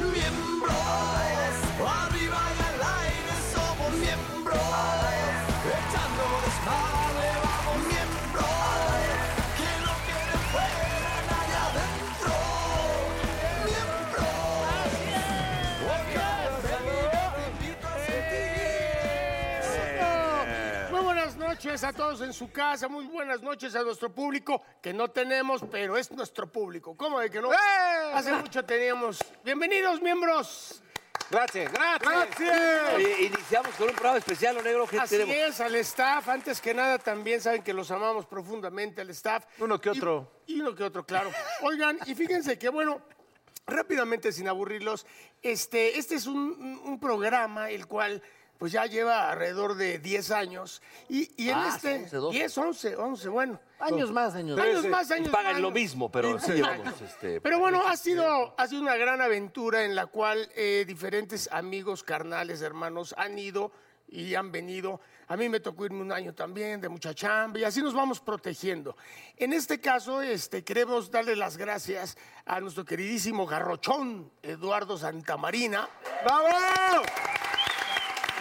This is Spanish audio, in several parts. Miembros, arriba y al aire somos miembros, echando desmadre vamos miembros, que no quede fuera nadie adentro, miembros, hoy cada semana te invito a sentir. Muy buenas noches a todos en su casa, muy buenas noches a nuestro público, que no tenemos, pero es nuestro público. ¿Cómo de que no? Hace mucho teníamos. Bienvenidos, miembros. Gracias, gracias. Gracias. Oye, iniciamos con un programa especial, ¿no, negro? ¿Qué Así tenemos? es, al staff. Antes que nada, también saben que los amamos profundamente al staff. Uno que Y- otro. Y, uno que otro, claro. Oigan, y fíjense que, bueno, rápidamente, sin aburrirlos, este, este es un, un programa el cual pues ya lleva alrededor de 10 años. Y, y en Ah, este... 11, 12. 10, 11, 11, bueno. Años más, años Años más, años Pagan más. lo mismo, pero sí llevamos este. Pero bueno, ha eh. sido, ha sido una gran aventura en la cual eh, diferentes amigos, carnales, hermanos han ido y han venido. A mí me tocó irme un año también de mucha chamba y así nos vamos protegiendo. En este caso, este, queremos darle las gracias a nuestro queridísimo garrochón, Eduardo Santamarina. ¡Bravo!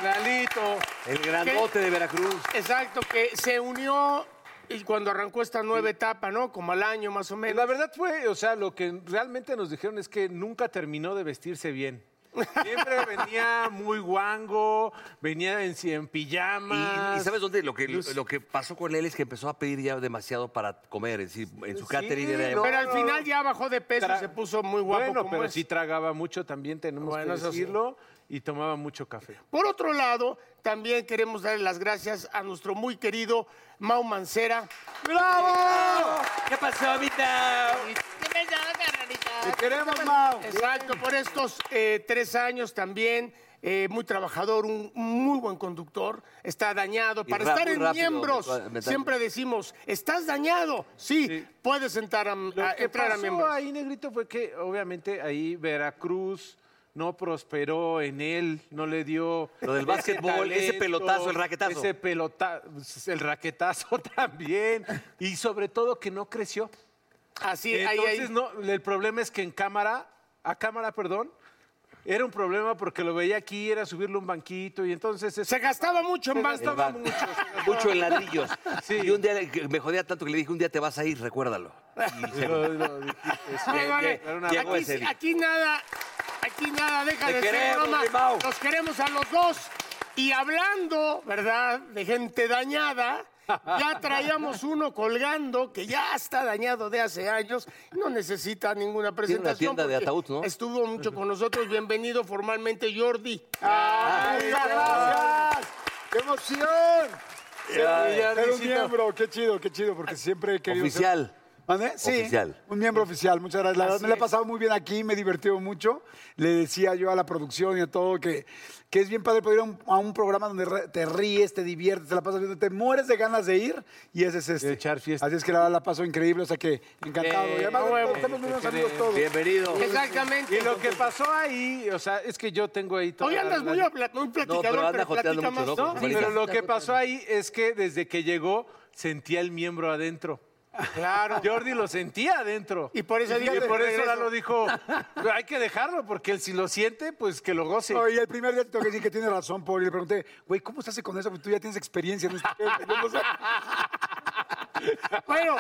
Galito. el grandote de Veracruz. Exacto, que se unió y cuando arrancó esta nueva etapa, ¿no? Como al año más o menos. Eh, La verdad fue, o sea, lo que realmente nos dijeron es que nunca terminó de vestirse bien. Siempre venía muy guango, venía en, en Y, pijama. y ¿sabes dónde? Lo que, lo que pasó con él es que empezó a pedir ya demasiado para comer. Es decir, en su catering era. no. Pero al final ya bajó de peso y Tra- se puso muy guapo. Bueno, como pero es. sí tragaba mucho también, tenemos Bueno, que eso sí. decirlo, y tomaba mucho café. Por otro lado, también queremos darle las gracias a nuestro muy querido Mau Mancera. ¡Bravo! ¿Qué pasó, Vita? ¡Te queremos, Mau! Exacto, por estos eh, tres años también. eh, muy trabajador, un muy buen conductor, está dañado. Y Para ra- estar muy en rápido, miembros, me- me- siempre decimos, estás dañado. Sí, puedes entrar a, Lo a- que Ah, entrar a pasó miembros. ahí, Negrito, fue que obviamente ahí Veracruz no prosperó en él, no le dio... Lo del ese básquetbol, ese pelotazo, el raquetazo. Ese pelotazo, el raquetazo también. Y sobre todo que no creció. Así, ahí, Entonces, ahí. no, el problema es que en cámara, a cámara, perdón, era un problema porque lo veía aquí, era subirle un banquito y entonces... eso- Se gastaba mucho en Se basta. gastaba El mucho. bar. Mucho en ladrillos. Sí. Y un día le- que me jodía tanto que le dije, un día te vas a ir, recuérdalo. Y se- Lo- lo dijiste, sí. Oye, vale, lle- llegó aquí, ese día. aquí nada, aquí nada, deja Te de ser queremos, broma. mi Mau. Los queremos a los dos. Y hablando, ¿verdad?, de gente dañada, ya traíamos uno colgando que ya está dañado de hace años, no necesita ninguna Tiene una presentación. tienda de porque ataúd, ¿no? Estuvo mucho con nosotros, bienvenido formalmente Jordi. ¡Muchas gracias! ¡Qué emoción! Ser un miembro, qué chido, qué chido, porque siempre he querido. ser- Oficial. ¿Mande? Sí, Oficial. un miembro oficial, muchas gracias. La verdad, me la he pasado muy bien aquí, me he divertido mucho. Le decía yo a la producción y a todo que, que es bien padre poder ir a un, a un programa donde re- te ríes, te diviertes, te la pasas bien, te mueres de ganas de ir y ese es este. De echar fiesta. Así es que la verdad la paso increíble, o sea que encantado. Eh, y además, a huevo. estamos muy buenos Te amigos queremos. todos. este, Bienvenido. Exactamente. Y lo que pasó ahí, o sea, es que yo tengo ahí todo. Hoy andas muy, apla- muy platicador, No, pero anda pero joteando platica mucho, más, ¿no? ¿no? Con Sí, Ahorita. pero lo que pasó ahí es que desde que llegó sentía el miembro adentro. Claro. Jordi lo sentía adentro. Y por eso y dije, por eso regreso. Lalo dijo, "Pero hay que dejarlo, porque él si lo siente, pues que lo goce. No, y el primer día te tengo que decir que tiene razón, Paul. Y le pregunté, güey, ¿cómo se hace con eso? Porque tú ya tienes experiencia en este tema. Yo no sé. Bueno,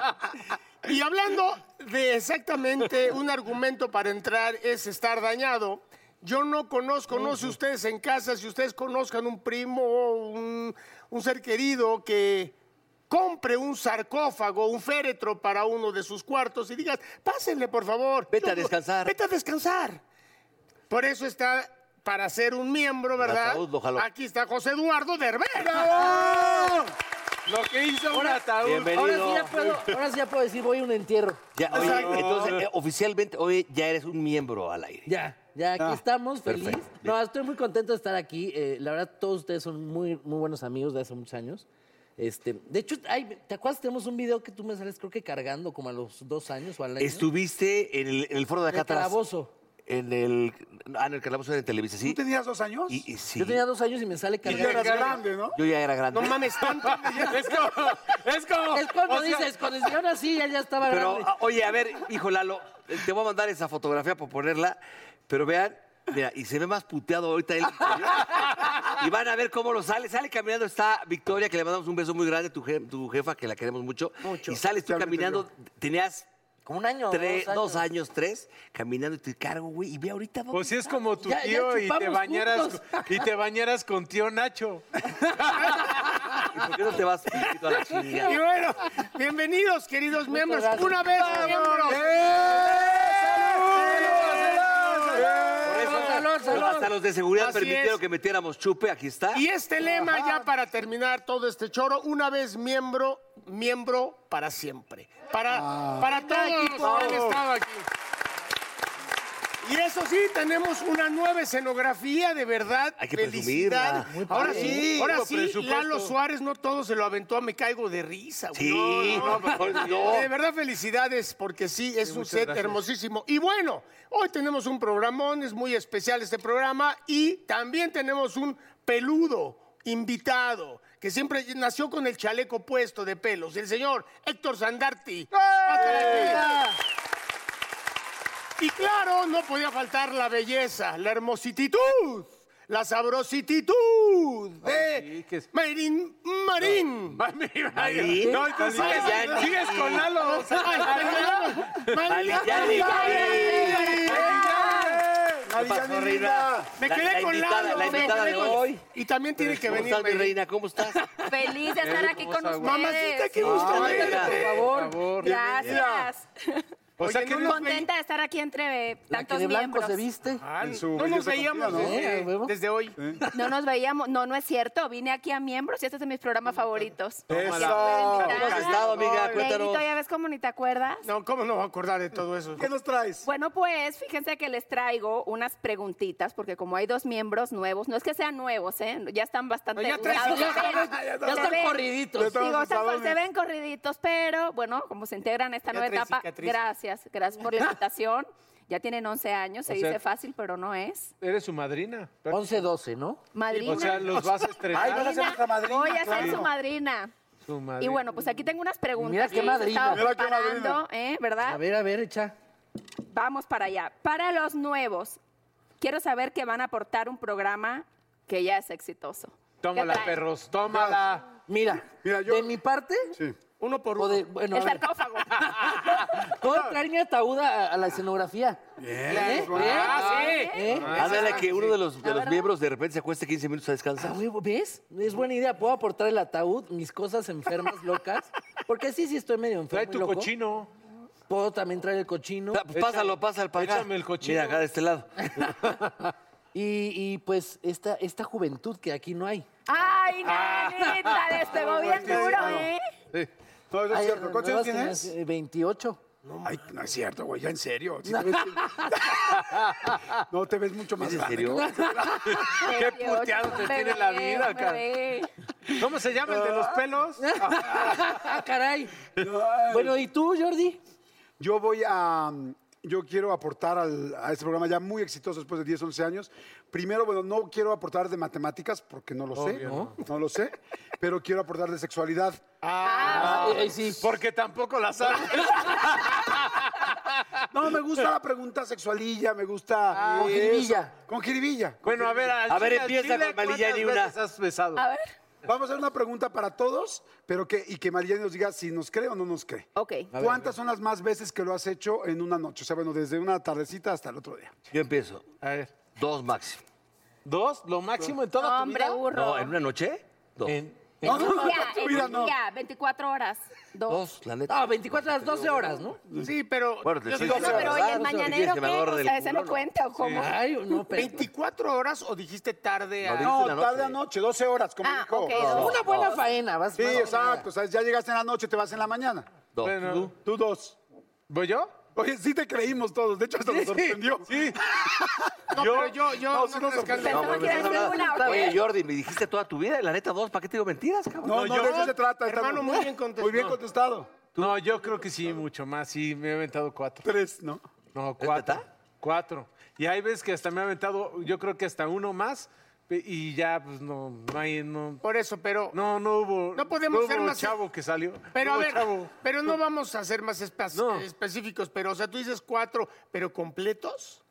y hablando de exactamente un argumento para entrar es estar dañado, Yo no conozco, no sé ustedes en casa, si ustedes conozcan un primo o un, un ser querido que compre un sarcófago, un féretro para uno de sus cuartos y digas, pásenle por favor. Vete a Yo no- descansar. Vete a descansar. Por eso está para ser un miembro, ¿verdad? ataúd lo jaló. Aquí está José Eduardo Derbez. Lo que hizo un ataúd. Ahora sí, Bienvenido. ya puedo, ahora sí ya puedo decir, voy a un entierro. Ya, oye, entonces, eh, oficialmente, hoy ya eres un miembro al aire. Ya, ya aquí estamos, feliz. Ah, perfecto. No, estoy muy contento de estar aquí. eh, la verdad, todos ustedes son muy, muy buenos amigos de hace muchos años. Este, de hecho, ay, ¿te acuerdas? Tenemos un video que tú me sales, creo que cargando como a los dos años o al año. Estuviste en el, en el foro de En el acá atrás. calabozo. En el. Ah, en el calabozo de Televisa, sí. ¿Tú tenías dos años? Y- y sí. Yo tenía dos años y me sale Ya eras cargando. grande, ¿no? Yo ya era grande. No mames tanto. Es como. Es como. Es cuando o sea, dices, cuando dices, ahora sí, ya, ya estaba Pero, grande. ah, oye, a ver, hijo Lalo, eh, te voy a mandar esa fotografía para ponerla, pero vean, mira, y se ve más puteado ahorita él. que yo. y van a ver cómo lo sale. Sale caminando, está Victoria, que le mandamos un beso muy grande, tu, je- tu jefa, que la queremos mucho. Mucho. Y sales tú Especialmente caminando, tenías Como un año, tres, dos años. dos años, tres, caminando y te cargo, güey, y ve ahorita. dónde Pues sí, es está. como tu Ya- ya tío y te chupamos bañaras juntos. y te bañaras con tío Nacho. ¿Y ¿Por qué no te vas Piquito, a la chingada? Y bueno, bienvenidos, queridos miembros. gracias. Una vez miembros. ¡Eh! ¡Eh! Por eso, Salud, salud. ¡Eh! Hasta los de seguridad Así permitieron es. que metiéramos chupe, aquí está. Y este lema, ya para terminar todo este choro, una vez miembro, miembro para siempre. Para, Ah. para todos los que han Oh. estado aquí. Y eso sí, tenemos una nueva escenografía de verdad. Hay que felicidad. presumirla. Muy Ahora padre. sí, Sí, ahora con sí, presupuesto. Lalo Suárez no todo se lo aventó a Me Caigo de Risa. güey. Sí, No, no, mejor no. De verdad, felicidades, porque sí, es un set gracias. hermosísimo. Y bueno, hoy tenemos un programón, es muy especial este programa, y también tenemos un peludo invitado, que siempre nació con el chaleco puesto de pelos, el señor Héctor Sandarti. Ah, Pásale aquí. Y claro, no podía faltar la belleza, la hermosititud, la sabrositud de sí, que es- Marín Marín. Marín. No, entonces Marín. sigues, sigues con Lalo. o sea, Valillani. ¿Qué pasó, reina? Me La- quedé la con invitada- La Lalo. me invitada quedé de con- hoy. Y también tiene que ¿Cómo venir estás, mi Marín. reina? ¿Cómo estás? Feliz de estar aquí con ustedes. Mamacita, qué gusto Ay, verte. mira. Por favor. Gracias. O sea Oye, que no no- nos Contenta de estar aquí entre La que tantos de blanco miembros. se viste. Ah, En su no nos belleza veíamos ¿no? completa, desde, Eh, huevo. desde hoy. No nos veíamos. No, no es cierto. Vine aquí a miembros y este es de mis programas favoritos. Eso. ¿Cómo has estado, amiga? Cuéntanos. Neidito, ya ves cómo ni te acuerdas. No, ¿cómo no va a acordar de todo eso? ¿Qué nos traes? Bueno, pues fíjense que les traigo unas preguntitas, porque como hay dos miembros nuevos, no es que sean nuevos, ¿eh? Ya están bastante. No, ya traes- usados, ya se ven, estamos- ya se Ya están ven. corriditos. Estamos Digo, están- usadones. se ven corriditos, pero bueno, como se integran a esta Ya nueva traes etapa, cicatriz. gracias, gracias por la invitación. Ya tienen 11 años, se O sea- dice fácil, pero no es. Eres su madrina. 11, 12, ¿no? Madrina. O sea, los vas a estrenar. Ay, vas a ser nuestra madrina, voy a ser claro. su madrina. Su madrina. Y bueno, pues aquí tengo unas preguntas. Mira qué que hemos madrina. estado Mira qué madrina. preparando, ¿eh? ¿Verdad? A ver, a ver, echa. Vamos para allá. Para los nuevos, quiero saber que van a aportar un programa que ya es exitoso. ¿Qué Tómala, traen? perros, tómala. Mira, Mira, yo- de mi parte, Uno por o uno. de, bueno, a El ver, sarcófago. puedo traer mi ataúd a, a la escenografía. ¿Eh? Ah, sí. ¿Eh? Ándale, que uno de los, de los verdad. miembros de repente se acueste 15 minutos a Ah, descansar. huevo, ¿Ves? Es buena idea. Puedo aportar el ataúd, mis cosas enfermas, locas. Porque sí, sí estoy medio enfermo. Trae y tu loco. cochino. Puedo también traer el cochino. Ah, pues Pásalo, pásalo para acá. Échame el cochino. Mira, acá de este lado. Y, y, pues esta, esta juventud que aquí no hay. Ay, nanita, les pegó bien duro, ¿eh? No, eso es Hay cierto. ¿Cuántos años nuevas tienes? generaciones, eh, 28. Ay, no es cierto, güey, ya en serio. Sí te ves- no, te ves mucho más ¿Es en grande. serio? Qué puteado te tiene la vida, cara. ¿Cómo se llama el de los pelos? ¡Ah, caray! Bueno, ¿y tú, Jordi? Yo voy a... Yo quiero aportar al- a este programa ya muy exitoso después de 10, 11 años. Primero, bueno, no quiero aportar de matemáticas porque no lo sé. no. lo sé. Pero quiero aportar de sexualidad. Ah, eh, eh, sí. Porque tampoco la sabe. No, me gusta la pregunta sexualilla, me gusta... con eso. jiribilla. Con jiribilla. Bueno, a ver, al A ver, chile, al empieza chile, con Malillani ¿cuántas una. veces has besado? A ver, Vamos a hacer una pregunta para todos, pero que, y que María nos diga si nos cree o no nos cree. ok. ¿Cuántas son las más veces que lo has hecho en una noche? O sea, bueno, desde una tardecita hasta el otro día. Yo empiezo. A ver. Dos máximo. ¿Dos? ¿Lo máximo en toda tu Hombre vida? Eh. burro. No, en una noche, dos. En- En un día, en Mira, un no. día, 24 horas. Dos. Dos, la neta. No, 24 horas, 12 horas, ¿no? Sí, pero. Bueno, te yo estoy diciendo digo, No, la pero verdad, oye, el no sé, mañanero, ¿qué ¿qué? quieres que me O agarre sea, del ¿ese culo, no cuenta o cómo? Ay, no, pero... 24 horas o dijiste tarde No, a. di- No, en la noche. tarde anoche, 12 horas, como Ah, dijo. ok, dos. Una buena faena, vas Sí, vas- exacto. O sea, ya llegaste en la noche, te vas en la mañana. Dos. Bueno, Tú dos. ¿Voy yo? Oye, sí te creímos todos. De hecho, hasta nos sorprendió. Sí. No, Yo- pero yo, yo No, no, sí nos creo que- sorprendió. pero no me quieres estás ninguna, hablando- ¿o qué? Oye, Jordi, me dijiste toda tu vida, y la neta, dos, ¿para qué te digo mentiras, cabrón? No, no, yo- de eso se trata. hermano, estamos- muy bien contestado. Muy bien contestado. No, yo creo que sí, mucho más. Sí, me he aventado cuatro. Tres, ¿no? No, cuatro. neta? Cuatro. Y hay veces que hasta me he aventado, yo creo que hasta uno más, pe- y ya, pues no, no hay, no, Por eso, pero. no, no hubo. No podemos no ser hubo más- chavo que salió. No Pero a hubo ver, chavo. pero no vamos a ser más espe- No. específicos, pero o sea, tú dices cuatro, pero completos.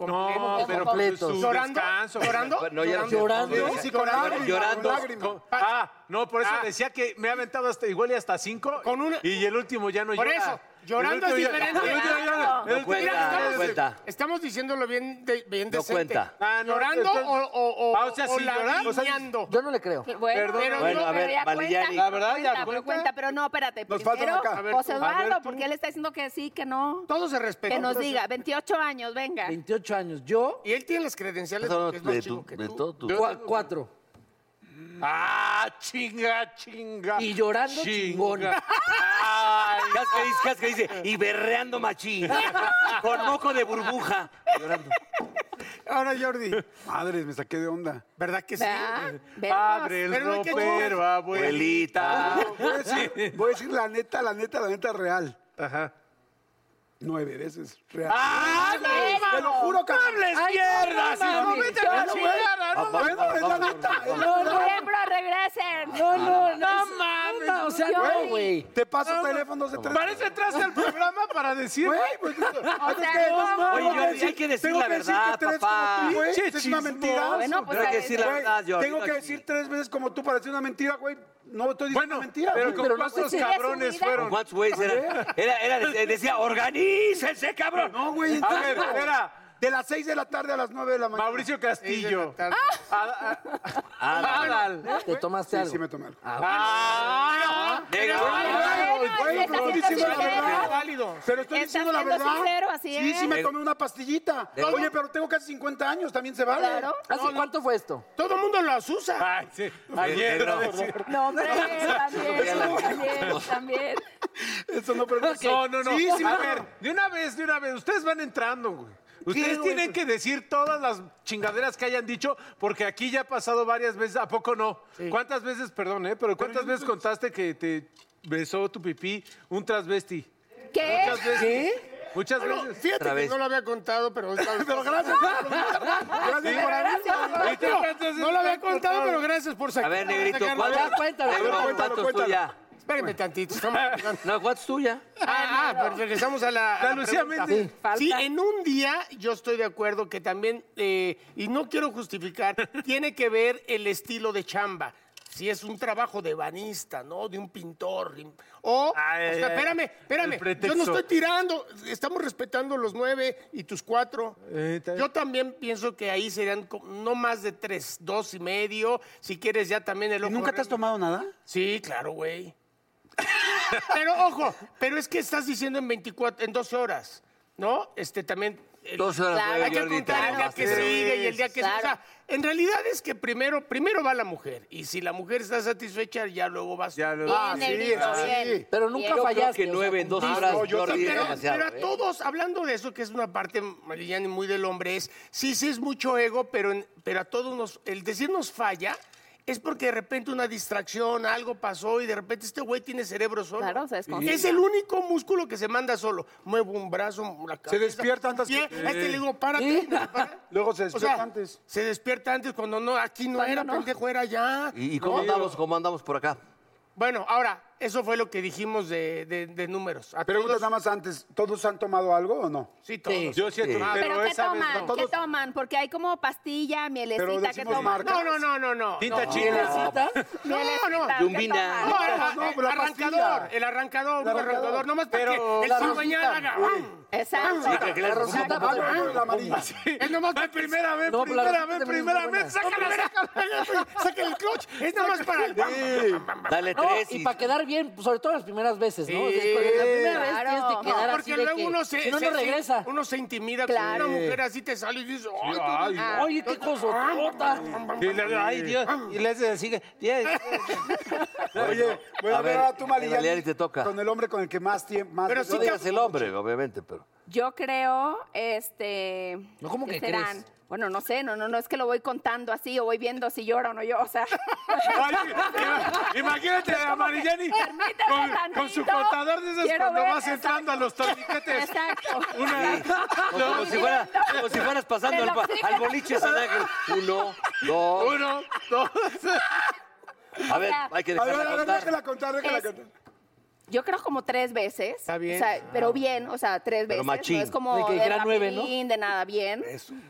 No, pero con completos. su ¿Llorando? descanso. pues, ¿Llorando? No, ya no sé. Llorando. No, ya- Sí, con lágrimas. Llorando. Con lágrimas. Con- ah, no, por eso decía que me he aventado hasta igual y hasta cinco. Con una- y el último ya no Por llora. eso, El llorando es último ya- diferente. el último ya llora. El No último cuenta, ya llora. no cuenta. Estamos diciéndolo bien, de, bien No decente. cuenta. Ah, no, ¿Llorando entonces- o, o, o, Ah, o sea, sí, llorar, o sea, lagrimeando? Yo no le creo. Bueno, pero, Bueno, no, pero a ver, ya Valillani. cuenta, La verdad, ya cuenta, pero cuenta. cuenta, pero no, espérate. Nos faltan primero, acá. A ver, José tú. A ver, Eduardo, tú. porque él está diciendo que sí, que no. Todo se respeta. Que nos diga, 28 años, venga. 28 años. Yo, Y él tiene las credenciales Estás hablando porque es más de chico tu- que de tú. todo tu- cua- cuatro. Ah, chinga, chinga. Y llorando chingón. Ay, ¿Qué haces que dice? ¿Qué haces que dice? Y berreando machín. Con moco de burbuja. Llorando. Ahora, Jordi, Madres, me saqué de onda. ¿verdad que sí? Ah, veros. abre el Pero no hay que ropero, llorar. Abuelita. Voy a decir, voy a decir la neta, la neta, la neta real. Ajá. Nueve veces real. ¡Ah, no! Te lo juro, cabrón. ¡Hables mierda! si no, mames, vete a yo la no voy. chingada, no mames. Bueno, es la neta. es la- No, no, Miembros, regresen. no, no, no, Ah, no es- mames, no, o sea, Jordi. no, güey. Te paso teléfonos de tres. Parece atrás del programa para decir. Güey, pues, antes sea, que- no no, mames. Oye, voy a Jordi, hay que decir tengo la que decir que verdad, tres como papá. tú, güey, Pinche es una mentira. chismoso. Bueno, pues Pero hay a que ver, decir la Güey, verdad, Jordi. tengo que decir tres veces como tú para decir una mentira, güey. No estoy diciendo Bueno, mentira. pero güey. con pero no, cuántos pues, sí, es su cabrones vida. ¿Con fueron. ¿Cuántos güeyes era? Era, era, de- eh, decía, organícense, cabrón. No, güey. en A ver, serio. espera. De las seis de la tarde a las nueve de la mañana. Mauricio Seis de la Castillo. tarde. Adal. Adal. Te tomaste Sí, algo. sí me tomé algo. Ah, Ah, Venga. Ay, no, güey, está pero estoy siendo diciendo la sincero. verdad. Válido. Pero estoy Estás diciendo la siendo verdad. sincero, así Sí, sí es. me tomé una pastillita. Venga. Oye, pero tengo casi 50 años, también se vale. Claro. ¿Hace cuánto fue esto? Todo el mundo las usa. Ay, sí. Ayer. Negro. No, hombre, también, también, también. Eso no, pero No, no, no. Sí, sí, a no. ver, de una vez, de una vez, ustedes van entrando, güey. Ustedes güey, tienen que decir todas las chingaderas que hayan dicho, porque aquí ya ha pasado varias veces, ¿a poco no? ¿Cuántas veces, perdón, eh? Pero ¿cuántas veces contaste que te besó tu pipí un transvesti? ¿Qué? Muchas veces. Muchas veces. Fíjate Otra que vez. no lo había contado, pero... pero gracias. Gracias por haber- Y te alcanzas a No lo había sacar, contado, por pero gracias por sacar. A ver, negrito, sacarlo. ¿cuántos? Ya, cuéntalo, Negro, cuéntalo, ¿cuántos cuéntalo. tuya? Espérenme tantito. estamos llegando. No, ¿cuántos tuya? Ah, ah, pero regresamos a la, a La la Lucía pregunta. Méndez. Falta. Sí, eh, en un día yo estoy de acuerdo que también, eh, y no quiero justificar, tiene que ver el estilo de chamba. Si es un trabajo de banista, ¿no? De un pintor. de un- O, Ah, Ay, o eh, sea, ay, espérame, el espérame. Yo no pretexto. estoy tirando. Estamos respetando los nueve y tus cuatro. Eh, está bien. Yo también pienso que ahí serían co- no más de tres, dos y medio. Si quieres ya también el ¿Y ojo. nunca te has horrendo. tomado nada? Sí, claro, güey. pero ojo, pero es que estás diciendo en 24, en 12 horas, ¿no? Este también. el- 12 horas, Claro, nueve, hay que Jordi, te contar el día mamaste. que sigue y el día que Claro. o sea, en realidad es que primero, primero va la mujer. Y si la mujer está satisfecha, ya luego vas. tú. Ya lo- Bien, negrito, ah, bien. Pero nunca Bien. Yo creo fallaste. que o sea, nueve en dos cumpliste. horas, No, yo Jordi, también, es pero, demasiado. ¿eh? pero a todos, hablando de eso, que es una parte, Marillán, muy del hombre, es sí, sí es mucho ego, pero, en- pero a todos nos, el decir nos falla es porque de repente una distracción, algo pasó y de repente este güey tiene cerebro solo. Claro, se desconcentra. es el único músculo que se manda solo. Muevo un brazo, la cabeza. despierta antes pie, que- a este le digo, párate. Sí. para. Luego se O despierta sea, antes. Se despierta antes cuando no, aquí no Cuando era, no. pendejo, era ya. ¿Y, y cómo andamos? ¿Cómo andamos por acá? Bueno, ahora, eso fue lo que dijimos de, de- de números. A Pregunta todos- nada más antes, ¿todos han tomado algo o no? Sí, todos. Yo sí, Ah, ¿Pero, pero qué esa vez toman? no. ¿Qué toman? Porque hay como pastilla, Pero mielecita, ¿qué decimos toman? marca. No, no, no, no, no. Tita no. china. No, no. Mielecita, ¿qué Yumbina. toman? No, era- No, pero el la arrancador, pastilla. el arrancador, un El arrancador. arrancador, nomás para Pero que el la mañana rosita, haga. sí. ¡ah! Exacto. que la Exacto. Ah, no, la amarilla. Es nomás para primera vez, No, pero la primera rosita vez, también es primera buena. vez, sácala, sácala, sácala el clutch. Es nomás para el. Dale No, tres y y... para quedar bien, pues, sobre todo las primeras veces, ¿no? O sea, Sí, porque la primera vez claro. tienes que No, quedar así porque de luego que, uno se, si no, se- no se- regresa. uno se intimida Claro. con una mujer así te sale y dices, ay, tú- Ay, Ah. Oye, qué cosotota. Y le- ay, Dios. Y le hace así. bien. Oye, voy a, A ver ver, ahora tú, Mali, Mali, Mali, te toca. Con el hombre con el que más tiempo. Ah, Más Pero No sí digas el hombre, obviamente, pero... Yo creo, este. No, ¿cómo que ¿qué serán? crees? Bueno, no sé, no, no, no es que lo voy contando así o voy viendo si lloro o no yo, o sea. Oye, imagínate a Marillani Permíteme con, con su tantito. contador de esos Quiero cuando ver, vas entrando a los torniquetes. Exacto. Una, No, como, si fuera- como si fueras pasando Del al, ba- oxígeno. al boliche San Ángel. Uno, dos. uno, dos. A ver, hay que A ver, dejarla a ver, contar. déjala contar, déjala Es- contar. Yo creo como tres veces. Está bien. O sea, pero bien, o sea, tres Pero veces. machín. No es como De de, que dijera nueve, ¿no? rapidín, de nada, bien.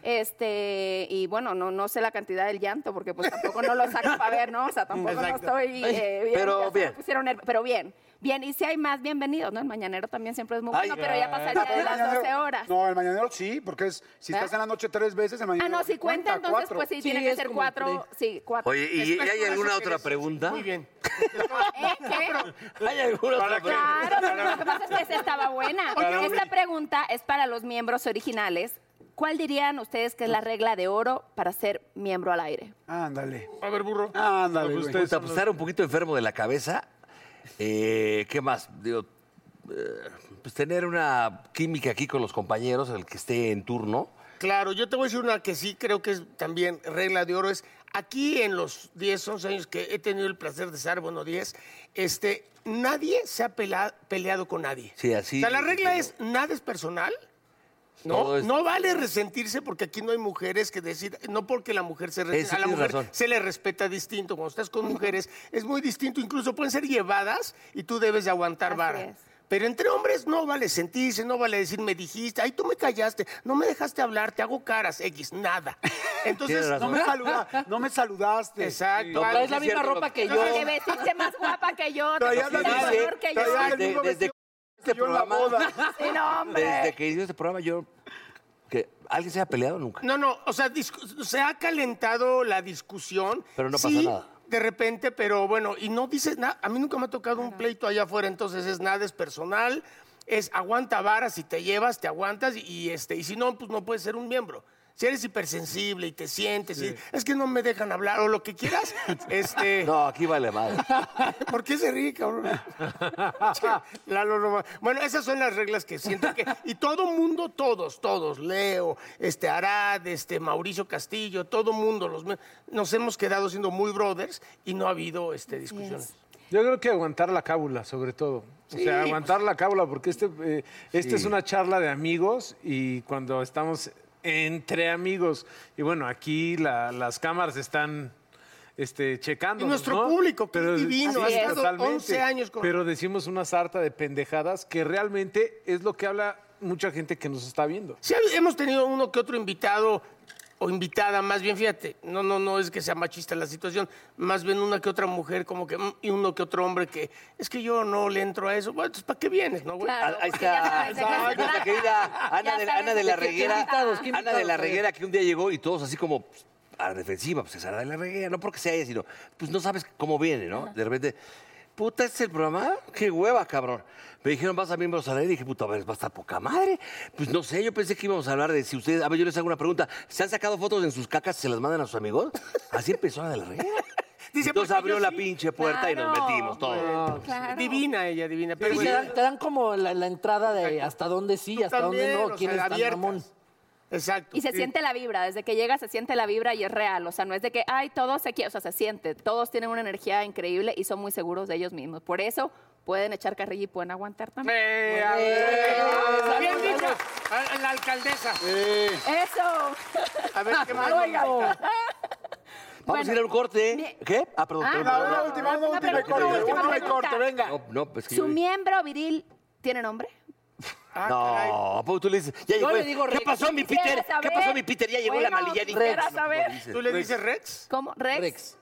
Este, y bueno, no, no sé la cantidad del llanto, porque pues tampoco no lo saco para ver, ¿no? O sea, tampoco no estoy eh, bien. pero ya se me bien. pusieron nerv- pero bien. Bien, y si hay más, bienvenidos, ¿no? El mañanero también siempre es muy Ay. bueno, pero ya No, pasaría pero de el las mañanero- 12 horas. No, el mañanero sí, porque es, si ¿Verdad? estás en la noche tres veces, el mañanero. Ah, no, si cuenta, entonces, cuatro. pues sí, Sí, tiene que es ser como cuatro. Sí, cuatro. Oye, ¿y, y hay alguna otra pregunta? Muy bien. ¿Eh? ¿Qué? ¿Hay alguna otra pregunta? Claro, pero lo que pasa es que esa estaba buena. Esta pregunta es para los miembros originales. ¿Cuál dirían ustedes que es la regla de oro para ser miembro al aire? Ándale. A ver, burro. Ah, Ándale. Pues güey. usted- Puta, pues estar un poquito enfermo de la cabeza. Eh, ¿Qué más? Digo, eh, pues tener una química aquí con los compañeros, el que esté en turno. Claro, yo te voy a decir una que sí creo que es también regla de oro. Es aquí en los 10, 11 años que he tenido el placer de estar, bueno, 10, este, nadie se ha pela- peleado con nadie. Sí, así- O sea, la regla es, nada es personal. No, Todo es- no vale resentirse porque aquí no hay mujeres que decidan, no porque la mujer se Eh, sí respeta, a la tienes mujer razón. se le respeta distinto. Cuando estás con mujeres es muy distinto, incluso pueden ser llevadas y tú debes de aguantar Así vara. es. Pero entre hombres no vale sentirse, no vale decir me dijiste, ay tú me callaste, no me dejaste hablar, te hago caras, X, nada. Entonces, Tienes razón. No me, saluda, no me saludaste. exacto. No, algo. pero Traes la Ah, Sí, misma cierto, ropa lo- que yo. Te vestiste más guapa que yo, te Traía vestiste la- mejor que yo. traía el Desde, mismo desde vestido este yo en la programa, boda. Sí, no, hombre. desde que inició este programa, yo... Que ¿Alguien se ha peleado nunca? No, no, o sea, discu- se ha calentado la discusión. Pero no pasa Sí, nada. De repente, pero bueno, y no dices nada. A mí nunca me ha tocado un pleito allá afuera, entonces es nada, es personal, es aguanta varas, si te llevas, te aguantas, y, y, este, y si no, pues no puedes ser un miembro. Si eres hipersensible y te sientes, y es que no me dejan hablar o lo que quieras, este. No, aquí vale madre. ¿Por qué se ríe, cabrón? Che, Lalo no va- Bueno, esas son las reglas que siento que. Y todo mundo, todos, todos, Leo, este Arad, este Mauricio Castillo, todo mundo, los me- nos hemos quedado siendo muy brothers y no ha habido este, discusiones. Yo creo que aguantar la cábula, sobre todo. O sea, pues. aguantar la cábula, porque este, eh, esta es una charla de amigos y cuando estamos entre amigos, y bueno, aquí la- las cámaras están este, checando. Y nuestro público, que es divino, ha estado 11 años con- Pero decimos una sarta de pendejadas que realmente es lo que habla mucha gente que nos está viendo. Sí, ha- hemos tenido uno que otro invitado o invitada, más bien, fíjate, no, no, no es que sea machista la situación, más bien una que otra mujer, como que, mm, y uno que otro hombre que, es que yo no le entro a eso, bueno, entonces, ¿para qué vienes, no, güey? Claro, porque Ahí ya sabes está, de qué se nuestra trata. querida Ana Ya de, sabes Ana de la qué- qué Reguera. invitados, qué Ana de la invitados, Reguera, que un día llegó y todos así como pues, a la defensiva, pues es Ana de la Reguera, no porque sea ella, sino pues no sabes cómo viene, ¿no? De repente, puta, ¿este es el programa? ¡Qué hueva, cabrón! Me dijeron, vas a miembros al aire, y dije, puta, a ver, va a estar poca madre. Pues no sé, yo pensé que íbamos a hablar de si ustedes, a ver, yo les hago una pregunta, ¿se han sacado fotos en sus cacas y se las mandan a sus amigos? Así empezó Ana de la Reguera. Dice, Entonces porque yo abrió la sí. Pues, pinche puerta y nos Claro. metimos todos. Claro. Divina ella, divina. Pero Sí, te, bueno. dan, te dan como la, la entrada de hasta dónde sí, Tú hasta también, dónde no, o quién sea, es tan abiertas. mamón. Exacto. Y se siente la vibra, desde que llega se siente la vibra y es real, o sea, no es de que, ay, todos aquí, o sea, se siente, todos tienen una energía increíble y son muy seguros de ellos mismos. Por eso pueden echar carrilla y pueden aguantar también. Eh, a ver. Bien dicho. A- a La alcaldesa. Eso. A ver qué más. Oiga. Vamos Bueno. a ir a un corte. Mi- ¿Qué? Ah, perdón. Ah, perdón, no, perdón. Una última, una Una última pregunta, corte, una última última pregunta. corte, venga. No, no, pues que yo- ¿Su miembro viril tiene nombre? Ah, No, ¿a poco tú le dices? Ya Ah, Yo llegó. le digo ¿Qué Rex. pasó, mi Quisiera Peter? ¿Qué saber. pasó, mi Peter? Ya llegó la Bueno, malilla. quisiera saber. ¿Tú le dices Rex? ¿Cómo? ¿Rex? Rex.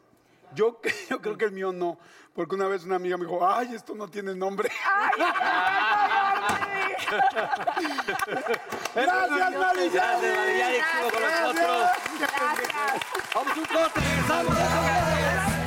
Yo, yo creo que el mío no, porque una vez una amiga me dijo, ay, esto no tiene nombre. Ah. Gracias, Gracias, Mari. Malilla. Ya estuvo con nosotros. Gracias. Vamos a un corte, regresamos.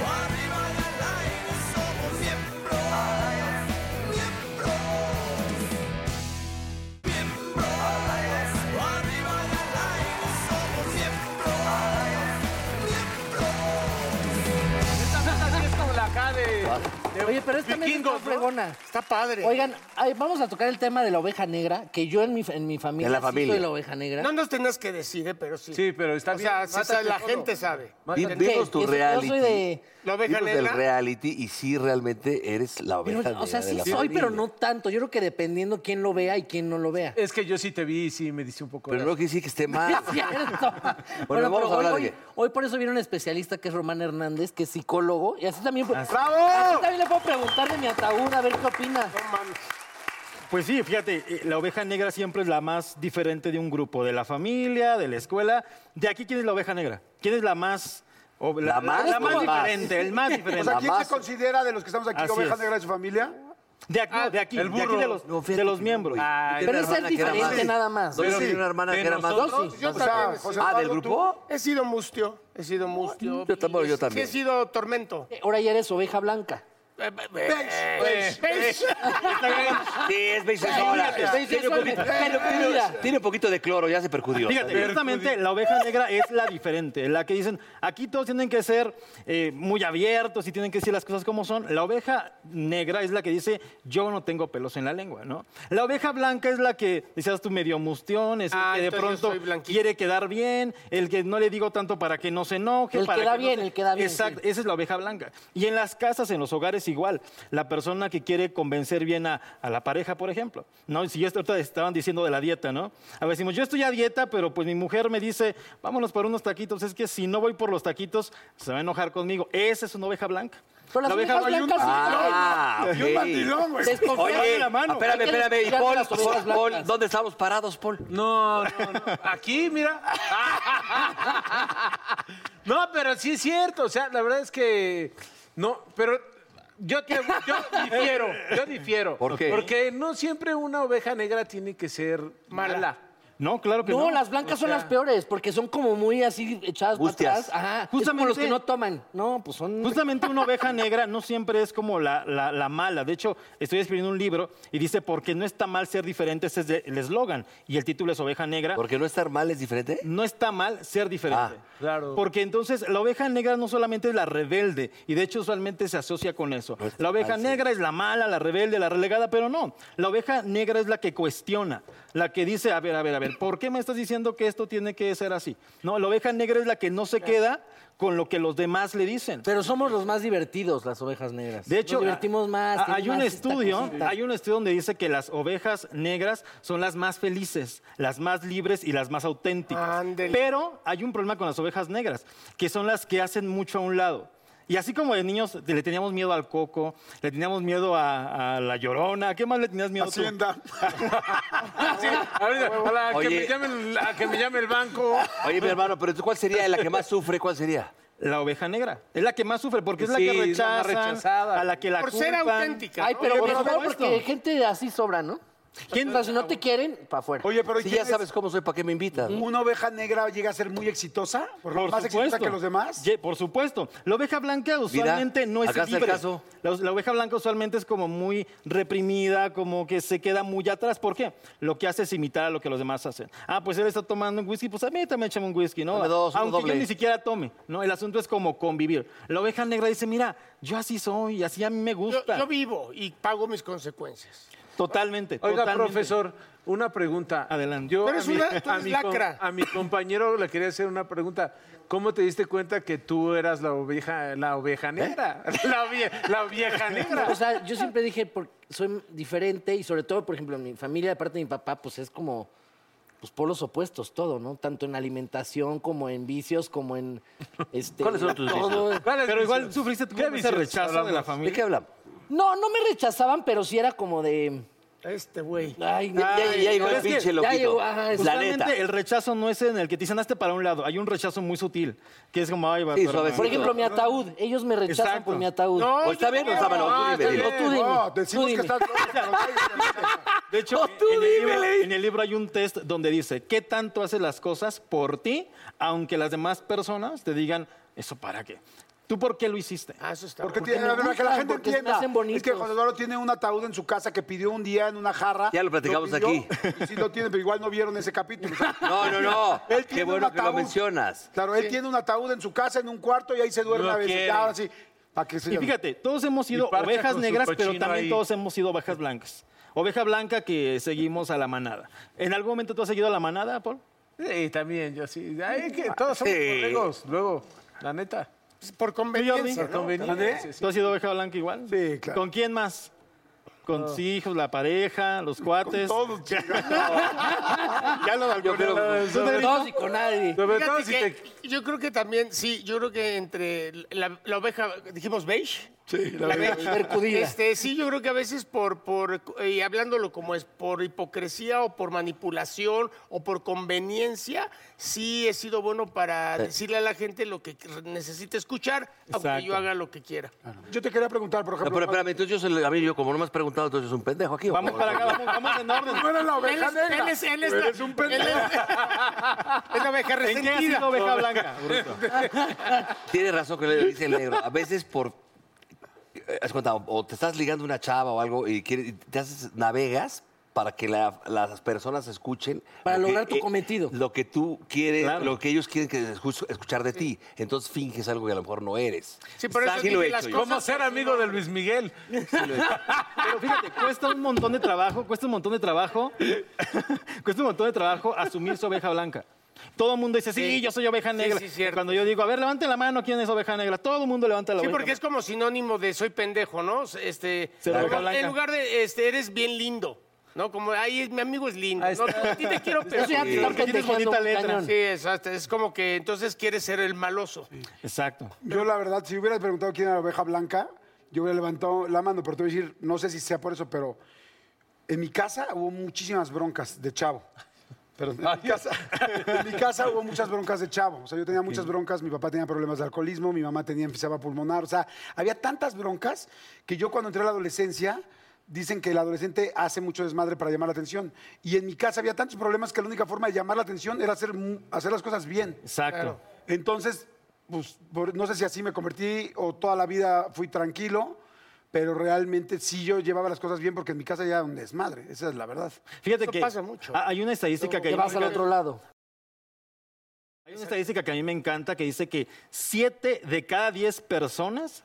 Oye, pero esta mesa está Vikingos, ¿no? fregona. Está padre. Oigan, ay, vamos a tocar el tema de la oveja negra, que yo en mi, en mi familia, En la sí familia. soy la oveja negra. No nos tenías que decir, ¿eh? pero sí. Sí, pero está o sea, bien, sí sabe, la mátate gente sabe. Vi- Ok, Vimos tu yo soy- reality. Yo soy de... La oveja Vimos el negra. reality y sí, realmente eres la oveja pero, negra o sea, de sí la soy, familia. pero no tanto. Yo creo que dependiendo quién lo vea y quién no lo vea. Es que yo sí te vi y sí me dice un poco. Pero de- no quiere decir que esté mal. Es cierto. Bueno, vamos pero a hablar hoy, de hoy- qué. hoy por eso viene un especialista que es Román Hernández, que es psicólogo. Y así también, así ¡Bravo! también le puedo preguntar de mi ataúd, a ver qué opina. Pues sí, fíjate, eh, la oveja negra siempre es la más diferente de un grupo, de la familia, de la escuela. De aquí, ¿quién es la oveja negra? ¿Quién es la más... o ¿La más La o más la más? diferente, el más diferente. O sea, ¿quién Jamás. se considera de los que estamos aquí Así oveja es. negra de su familia? De aquí, de aquí, el de aquí burro. de los, No, fíjate de los que no, miembros. güey. Ay, Pero una ese es hermana que era diferente más. nada más. Yo Yo tenía una hermana que era más. nosotros, Dos, Yo más O sea, también. José Ah, ¿del Pablo, tú- grupo? He sido mustio, he sido mustio. Yo también, yo Sí, también. he sido tormento. Ahora ya eres oveja blanca. Sí, es beisbola. Tiene un poquito- pero cuida. Tiene un poquito de cloro, ya se percudió. Ah, Fíjate, justamente la oveja negra es la diferente, la que dicen, aquí todos tienen que ser eh, muy abiertos y tienen que decir las cosas como son. La oveja negra es la que dice, yo no tengo pelos en la lengua, ¿no? La oveja blanca es la que, decías tú, medio mustión, es el Ah, que de entonces yo pronto soy blanquito. quiere quedar bien, el que no le digo tanto para que no se enoje. El que para da no bien, se- el que da bien, Exacto, sí. esa es la oveja blanca. Y en las casas, en los hogares igual, la persona que quiere convencer bien a, a la pareja, por ejemplo. ¿no? Si yo estoy- ahorita estaban diciendo de la dieta, ¿no? A ver, decimos, yo estoy a dieta, pero pues mi mujer me dice, vámonos por unos taquitos. Es que si no voy por los taquitos, se va a enojar conmigo. Esa es una oveja blanca. Pero las La oveja ovejas hay un- blancas Ah, Y un ok. mandilón, güey. sí. Desconfiar Oye, de la mano. espérame, Hay que espérame. ¿Y desconfiar de Paul, las ovejas Paul, Paul, blancas. ¿dónde estamos parados, Paul? No, no, no. Aquí, mira. No, pero sí es cierto. O sea, la verdad es que. No, pero. Yo, te- yo difiero, yo difiero. ¿Por qué? Porque no siempre una oveja negra tiene que ser mala. No, claro que no. No, las blancas son las peores, porque son como muy así echadas para Bustias. atrás. Ajá. es Justamente- como los que no toman. No, pues son. Justamente una oveja negra no siempre es como la, la- la mala. De hecho, estoy escribiendo un libro y dice, porque no está mal ser diferente, ese es de- el eslogan. Y el título es Oveja Negra. Porque no estar mal es diferente. No está mal ser diferente. Ah, claro. Porque entonces la oveja negra no solamente es la rebelde, y de hecho usualmente se asocia con eso. No está La oveja mal, sí. negra es la mala, la rebelde, la relegada, pero no. La oveja negra es la que cuestiona, la que dice, a ver, a ver, a ver, ¿por qué me estás diciendo que esto tiene que ser así? No, la oveja negra es la que no se queda con lo que los demás le dicen. Pero somos los más divertidos, las ovejas negras. De hecho, Nos divertimos más. a- tiene hay un más esta estudio, cosita. hay un estudio donde dice que las ovejas negras son las más felices, las más libres y las más auténticas. Ándele. Pero hay un problema con las ovejas negras, que son las que hacen mucho a un lado. Y así como de niños te- le teníamos miedo al coco, le teníamos miedo a, a la llorona, ¿qué más le tenías miedo tú? Hacienda. Sí, ahorita, a la que Oye. me llame el- a que me llame el banco. Oye, mi hermano, pero tú, ¿cuál sería la que más sufre? ¿Cuál sería? La oveja negra. Es la que más sufre porque es la Sí, que es la más rechazan, rechazada. a la que la Por ser culpan. auténtica. Ay, ¿no? pero Oye, mejor pero porque esto. gente así sobra, ¿no? O sea, si no te quieren, para afuera. Oye, pero ¿y Si quién ya es? sabes cómo soy, ¿para qué me invitas? ¿Una oveja negra llega a ser muy exitosa? ¿Por lo Por más supuesto. exitosa que los demás? Ye- por supuesto. La oveja blanca usualmente no es acá está el libre. caso. La, la oveja blanca usualmente es como muy reprimida, como que se queda muy atrás. ¿Por qué? Lo que hace es imitar a lo que los demás hacen. Ah, pues él está tomando un whisky, pues a mí también échame un whisky, ¿no? Dame dos, uno Aunque yo doble. ni siquiera tome, ¿no? El asunto es como convivir. La oveja negra dice, mira, yo así soy, así a mí me Yo, gusta. yo vivo y pago mis consecuencias. Totalmente, Oiga, totalmente. profesor, una pregunta. Adelante. Yo Pero a es mi- una- tú a eres mi com- lacra. a mi compañero le quería hacer una pregunta. ¿Cómo te diste cuenta que tú eras la oveja, la oveja negra? ¿Eh? La, ovie- la oveja negra. O sea, yo siempre dije, por- soy diferente y sobre todo, por ejemplo, en mi familia, de parte de mi papá, pues es como pues polos opuestos, todo, ¿no? Tanto en alimentación como en vicios, como en este. ¿Cuáles son tus todo. vicios? Pero igual sufriste tú ¿Qué ese vicios rechazo de la hablamos? ¿De qué familia. hablamos? No, no me rechazaban, pero sí era como de. Este güey. Ay, Ya, ya- ya llegó pero el es que pinche ya loquito. llegó, ajá, la Usualmente neta. el rechazo no es en el que te dicen hazte para un lado, hay un rechazo muy sutil, que es como, ay, va, Sí, pero- suavecito. Por ejemplo, mi ataúd. Ellos me rechazan Exacto. por mi ataúd. No, ¿O está yo bien o creo. está mal? Ah, Tú dime, está dime. No, bien. tú dime. No, decimos tú dime. que estás loco. De hecho, No, tú en, el libro, dímele. en el libro hay un test donde dice, ¿qué tanto haces las cosas por ti, aunque las demás personas te digan, eso para qué? ¿Tú por qué lo hiciste? Ah, eso está Porque bueno. tiene, me la verdad, que la gustan, gente porque se me entienda. hacen Es que bonitos. José Eduardo tiene un ataúd en su casa que pidió un día en una jarra. Ya lo platicamos pidió, aquí. y Sí lo tiene, pero igual no vieron ese capítulo. No, no, no. Él Qué tiene bueno un que lo ataúd. mencionas. Claro, él tiene un ataúd en su casa, en un cuarto, y ahí se duerme Lo a veces. quiere. Ya, ahora sí. Para que se Y fíjate, todos hemos sido parcha con ovejas su negras, pero cochino también ahí. todos hemos sido ovejas blancas. Oveja blanca que seguimos a la manada. ¿En algún momento tú has seguido a la manada, Paul? Sí, también, yo sí. Ay, que todos somos Sí. borregos, luego, la neta. Pues Por conveniencia. Por conveniencia. sí. ¿Tú has sido oveja blanca igual? Sí, claro. ¿Con quién más? Con tus hijos, la pareja, los cuates. Todos, chingados. Ya lo Yo creo que- ¿Tú, Pedrito? No, sí, con nadie. Sobre todo Fíjate si que te... Yo creo que también, sí, yo creo que entre la, la oveja, dijimos beige. Sí, la, beige. Percudida. Este, sí, yo creo que a veces por, por eh, y hablándolo como es, por hipocresía o por manipulación o por conveniencia, sí he sido bueno para decirle a la gente lo que necesita escuchar, aunque Exacto. yo haga lo que quiera. Yo te quería preguntar, por No, ejemplo. pero espérame, entonces yo, se le- a mí, yo como no me has preguntado, entonces es un pendejo aquí. ¿o Vamos cómo? para acá, vamos, vamos en orden. Tú eres la Él oveja es, negra. él es, él es, la- él es- es la oveja ¿En qué has resentida. sido oveja blanca, Bruto? Tienes razón que le dice el negro. A veces por. Haz cuenta, o te estás ligando una chava o algo y, quieres- y te haces, navegas para que la- las personas escuchen. Para lo que- eh, lograr tu cometido. Lo que tú quieres, Claro. lo que ellos quieren que escu- escuchar de ti. Entonces finges algo que a lo mejor no eres. Sí, por eso Sí lo dije he las hecho yo. cosas ¿Cómo ser amigo de Luis Miguel? Pero fíjate, cuesta un montón de trabajo, cuesta un montón de trabajo, cuesta un montón de trabajo asumir su oveja blanca. Todo el mundo dice, sí, yo soy oveja negra. sí, cierto. Cuando yo digo, a ver, levanten la mano, ¿quién es oveja negra? Todo el mundo levanta la Sí, oveja porque es como sinónimo de soy pendejo, ¿no? Este, Ser como- oveja blanca. en lugar de este, eres bien lindo, ¿no? Como, ay, es- mi amigo es lindo. Ahí No, a ti te quiero Eso ya pegar. te Sí, están porque tienes pendejeando bonita un letra. cañón. Sí, exacto. Es como que entonces quieres ser el maloso. Exacto. Yo, la verdad, si hubieras preguntado quién era la oveja blanca, yo hubiera levantado la mano, pero te voy a decir, no sé si sea por eso, pero en mi casa hubo muchísimas broncas de chavo. Pero en, mi casa, en mi casa hubo muchas broncas de chavo. O sea, yo tenía muchas broncas, mi papá tenía problemas de alcoholismo, mi mamá tenía enfisema pulmonar. O sea, había tantas broncas que yo cuando entré a la adolescencia, dicen que el adolescente hace mucho desmadre para llamar la atención. Y en mi casa había tantos problemas que la única forma de llamar la atención era hacer, mu- hacer las cosas bien. Exacto. Entonces, pues, por- no sé si así me convertí o toda la vida fui tranquilo, pero realmente sí yo llevaba las cosas bien porque en mi casa ya era un desmadre, esa es la verdad. Fíjate Eso que pasa mucho. ha- hay una estadística que Te vas al otro lado. hay una estadística que a mí me encanta que dice que 7 de cada 10 personas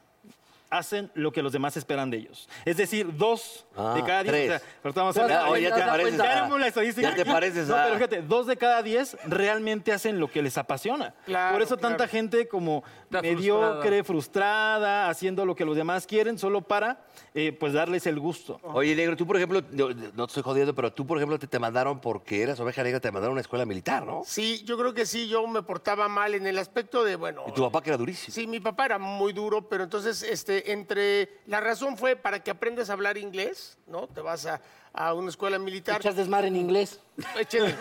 hacen lo que los demás esperan de ellos. Es decir, 2 Ah, de cada 10. tres. estamos Ya, hablando- oye, ya te Ya pareces a- tenemos la estadística ya te aquí. pareces No, a- pero fíjate, 2 de cada 10 realmente hacen lo que les apasiona. Claro, Por eso tanta claro. gente como Está mediocre, frustrada, haciendo lo que los demás quieren solo para eh, pues darles el gusto. Oye, negro, tú, por ejemplo, no, no te estoy jodiendo, pero tú, por ejemplo, te, te mandaron porque eras oveja negra, te mandaron a una escuela militar, ¿no? Sí, yo creo que sí, yo me portaba mal en el aspecto de, bueno... Y tu papá que era durísimo. Sí, mi papá era muy duro, pero entonces, este, entre. La razón fue para que aprendas a hablar inglés, ¿no? Te vas a, a una escuela militar. Echas desmadre en inglés. Eché-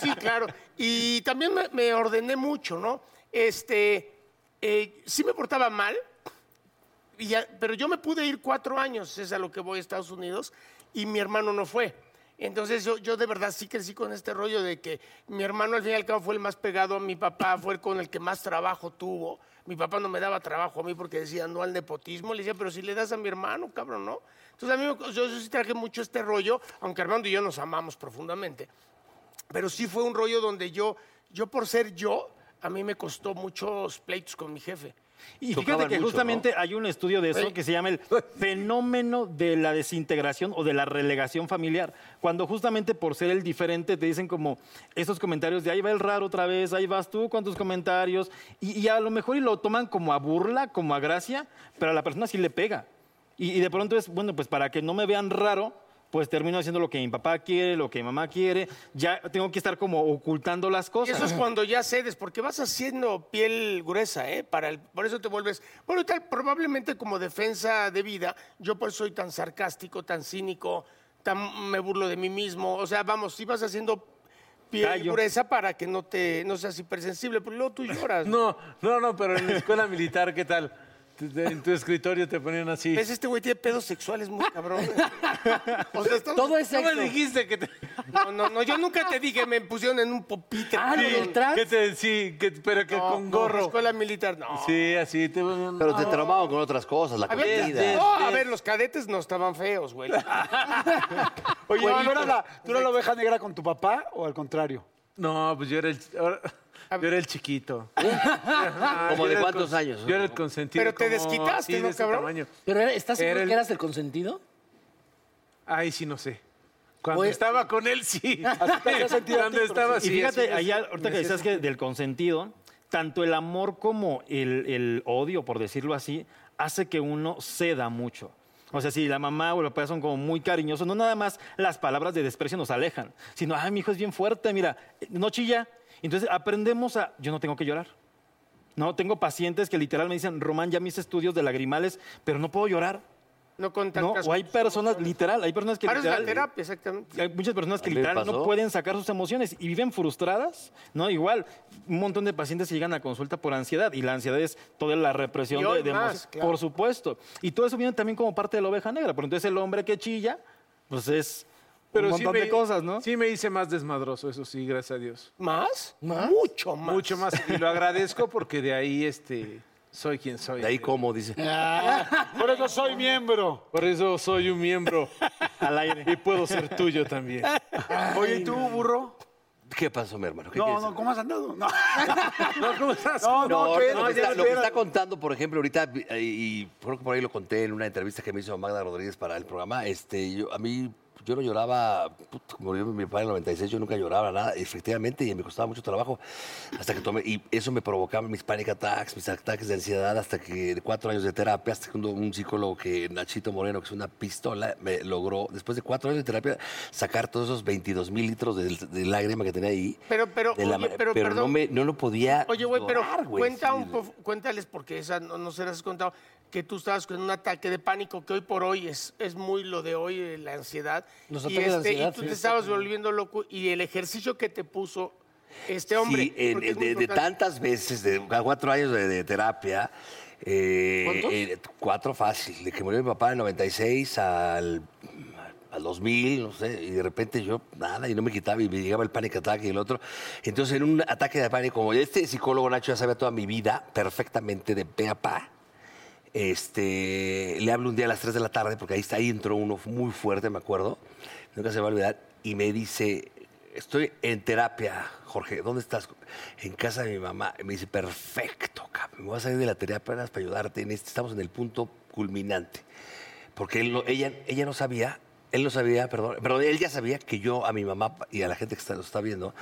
Sí, claro. Y también me, me ordené mucho, ¿no? Este, eh, sí me portaba mal, y ya- pero yo me pude ir cuatro años, es a lo que voy a Estados Unidos, y mi hermano no fue. Entonces yo, yo de verdad sí crecí con este rollo de que mi hermano al fin y al cabo fue el más pegado a mi papá, fue el con el que más trabajo tuvo. Mi papá no me daba trabajo a mí porque decía no al nepotismo. Le decía, pero si le das a mi hermano, cabrón, ¿no? Entonces a mí me- yo, yo sí traje mucho este rollo, aunque Armando y yo nos amamos profundamente pero sí fue un rollo donde yo, yo por ser yo, a mí me costó muchos pleitos con mi jefe. Y Chocaban fíjate que mucho, justamente hay un estudio de eso Ey. que se llama el fenómeno de la desintegración o de la relegación familiar. Cuando justamente por ser el diferente te dicen como esos comentarios de ahí va el raro otra vez, ahí vas tú con tus comentarios. Y, y a lo mejor y lo toman como a burla, como a gracia, pero a la persona sí le pega. Y, y de pronto es, bueno, pues para que no me vean raro, pues termino haciendo lo que mi papá quiere, lo que mi mamá quiere. Ya tengo que estar como ocultando las Y cosas. eso es cuando ya cedes, porque vas haciendo piel gruesa, ¿eh? Para el- por eso te vuelves. Bueno, tal, probablemente como defensa de vida, yo por eso soy tan sarcástico, tan cínico, tan me burlo de mí mismo. O sea, vamos, si vas haciendo piel Callo. gruesa para que no te no seas hipersensible, pero luego tú lloras. No, no, no, pero en la escuela militar, ¿qué tal? Te- te- En tu escritorio te ponían así. ¿Ves? Este güey tiene pedos sexuales muy cabrón. O sea, estamos- Todo es ¿Cómo sexo. dijiste que te, No, no, no, yo nunca te dije, me pusieron en un popitre. Ah, lo del trans. que te sí, que, pero que No, con no, gorro? escuela militar, no. Sí, así te ponían. Pero te traumaban con otras cosas, la A ver, comida. no, a ver, los cadetes no estaban feos, güey. Ah, Oye, ¿y ¿tú eras, la, tú eras la oveja negra con tu papá o al contrario? No, pues yo era el, ahora- yo era el chiquito. ¿Como Yo de era el cuántos cons- años? Yo era el consentido. Pero te como así, desquitaste, ¿no, de ese cabrón? tamaño. ¿Pero era- estás Era seguro el- que eras el consentido? Ay, sí, no sé. Cuando Pues- Oye. estaba con él, sí. te hacías sentir a Cuando ti, estaba pero Y así. fíjate, así, allá, así, ahorita que así. decías que del consentido, tanto el amor como el, el odio, por decirlo así, hace que uno ceda mucho. O sea, si la mamá o el papá son como muy cariñosos, no nada más las palabras de desprecio nos alejan, sino, ay, mi hijo es bien fuerte, mira, no chilla. Entonces aprendemos a, yo no tengo que llorar. No, tengo pacientes que literal me dicen, Román, ya mis estudios de lagrimales, pero no puedo llorar. No con ¿no? tantas O hay personas, literal, hay personas que Ahora es la literal... terapia, exactamente. Hay muchas personas que A mí me literal no pasó. pueden sacar sus emociones y viven frustradas, ¿no? Igual, un montón de pacientes que llegan a consulta por ansiedad y la ansiedad es toda la represión Y de, hoy de más, emociones. claro. Por supuesto. Y todo eso viene también como parte de la oveja negra, pero entonces el hombre que chilla, pues es un sí montón de me- cosas, ¿no? Sí me hice más desmadroso, eso sí, gracias a Dios. ¿Más? ¿Ah? ¿Más? Mucho más. Mucho más. Y lo agradezco porque de ahí este, soy quien soy. De ahí como, dice. Ah. Por eso soy miembro. Por eso soy un miembro. Al aire. Y puedo ser tuyo también. Oye, ¿y tú, burro? ¿Qué pasó, mi hermano? ¿Qué No, quieres no, ¿cómo has andado? No, No, ¿cómo estás? no, No, no, lo, ¿qué? que ya está, lo que espera. está contando, por ejemplo, ahorita, vi- eh, y creo que por ahí lo conté en una entrevista que me hizo Magda Rodríguez para el programa, este, yo, a mí, yo no lloraba, puto, murió mi papá en el 96, yo nunca lloraba nada, efectivamente, y me costaba mucho trabajo, hasta que tomé, y eso me provocaba mis panic attacks, mis ataques de ansiedad, hasta que cuatro años de terapia, hasta que un, un psicólogo que, Nachito Moreno, que es una pistola, me logró, después de cuatro años de terapia, sacar todos esos 22 mil litros de, de lágrima que tenía ahí. Pero, pero, de la oye, ma- no, pero, perdón. me, no lo podía Oye, güey, pero llorar, güey, cuenta sí, un po- cuéntales, porque esa no, no se las has contado, que tú estabas con un ataque de pánico que hoy por hoy es, es muy lo de hoy, eh, la ansiedad. Los y, este, ataques de y ansiedad, tú sí, te está estabas volviendo loco y el ejercicio que te puso este hombre. Sí, en- porque es de- muy de, importante. tantas veces, de a cuatro años de, de terapia, eh, ¿Cuántos? eh, cuatro fácil, de que murió mi papá en el 96 al, al 2000, no sé, y de repente yo nada, y no me quitaba, y me llegaba el panic attack y el otro. Entonces, en un ataque de pánico, como este psicólogo Nacho ya sabía toda mi vida perfectamente de pe a pa, este, le hablo un día a las 3 de la tarde, porque ahí, está, ahí entró uno muy fuerte, me acuerdo, nunca se me va a olvidar, y me dice, estoy en terapia, Jorge, ¿dónde estás? En casa de mi mamá. Y me dice, perfecto, cabrón, me voy a salir de la terapia apenas para ayudarte, en este- estamos en el punto culminante. Porque él no- ella, ella no sabía, él no sabía, perdón, pero él ya sabía que yo a mi mamá y a la gente que está, lo está viendo,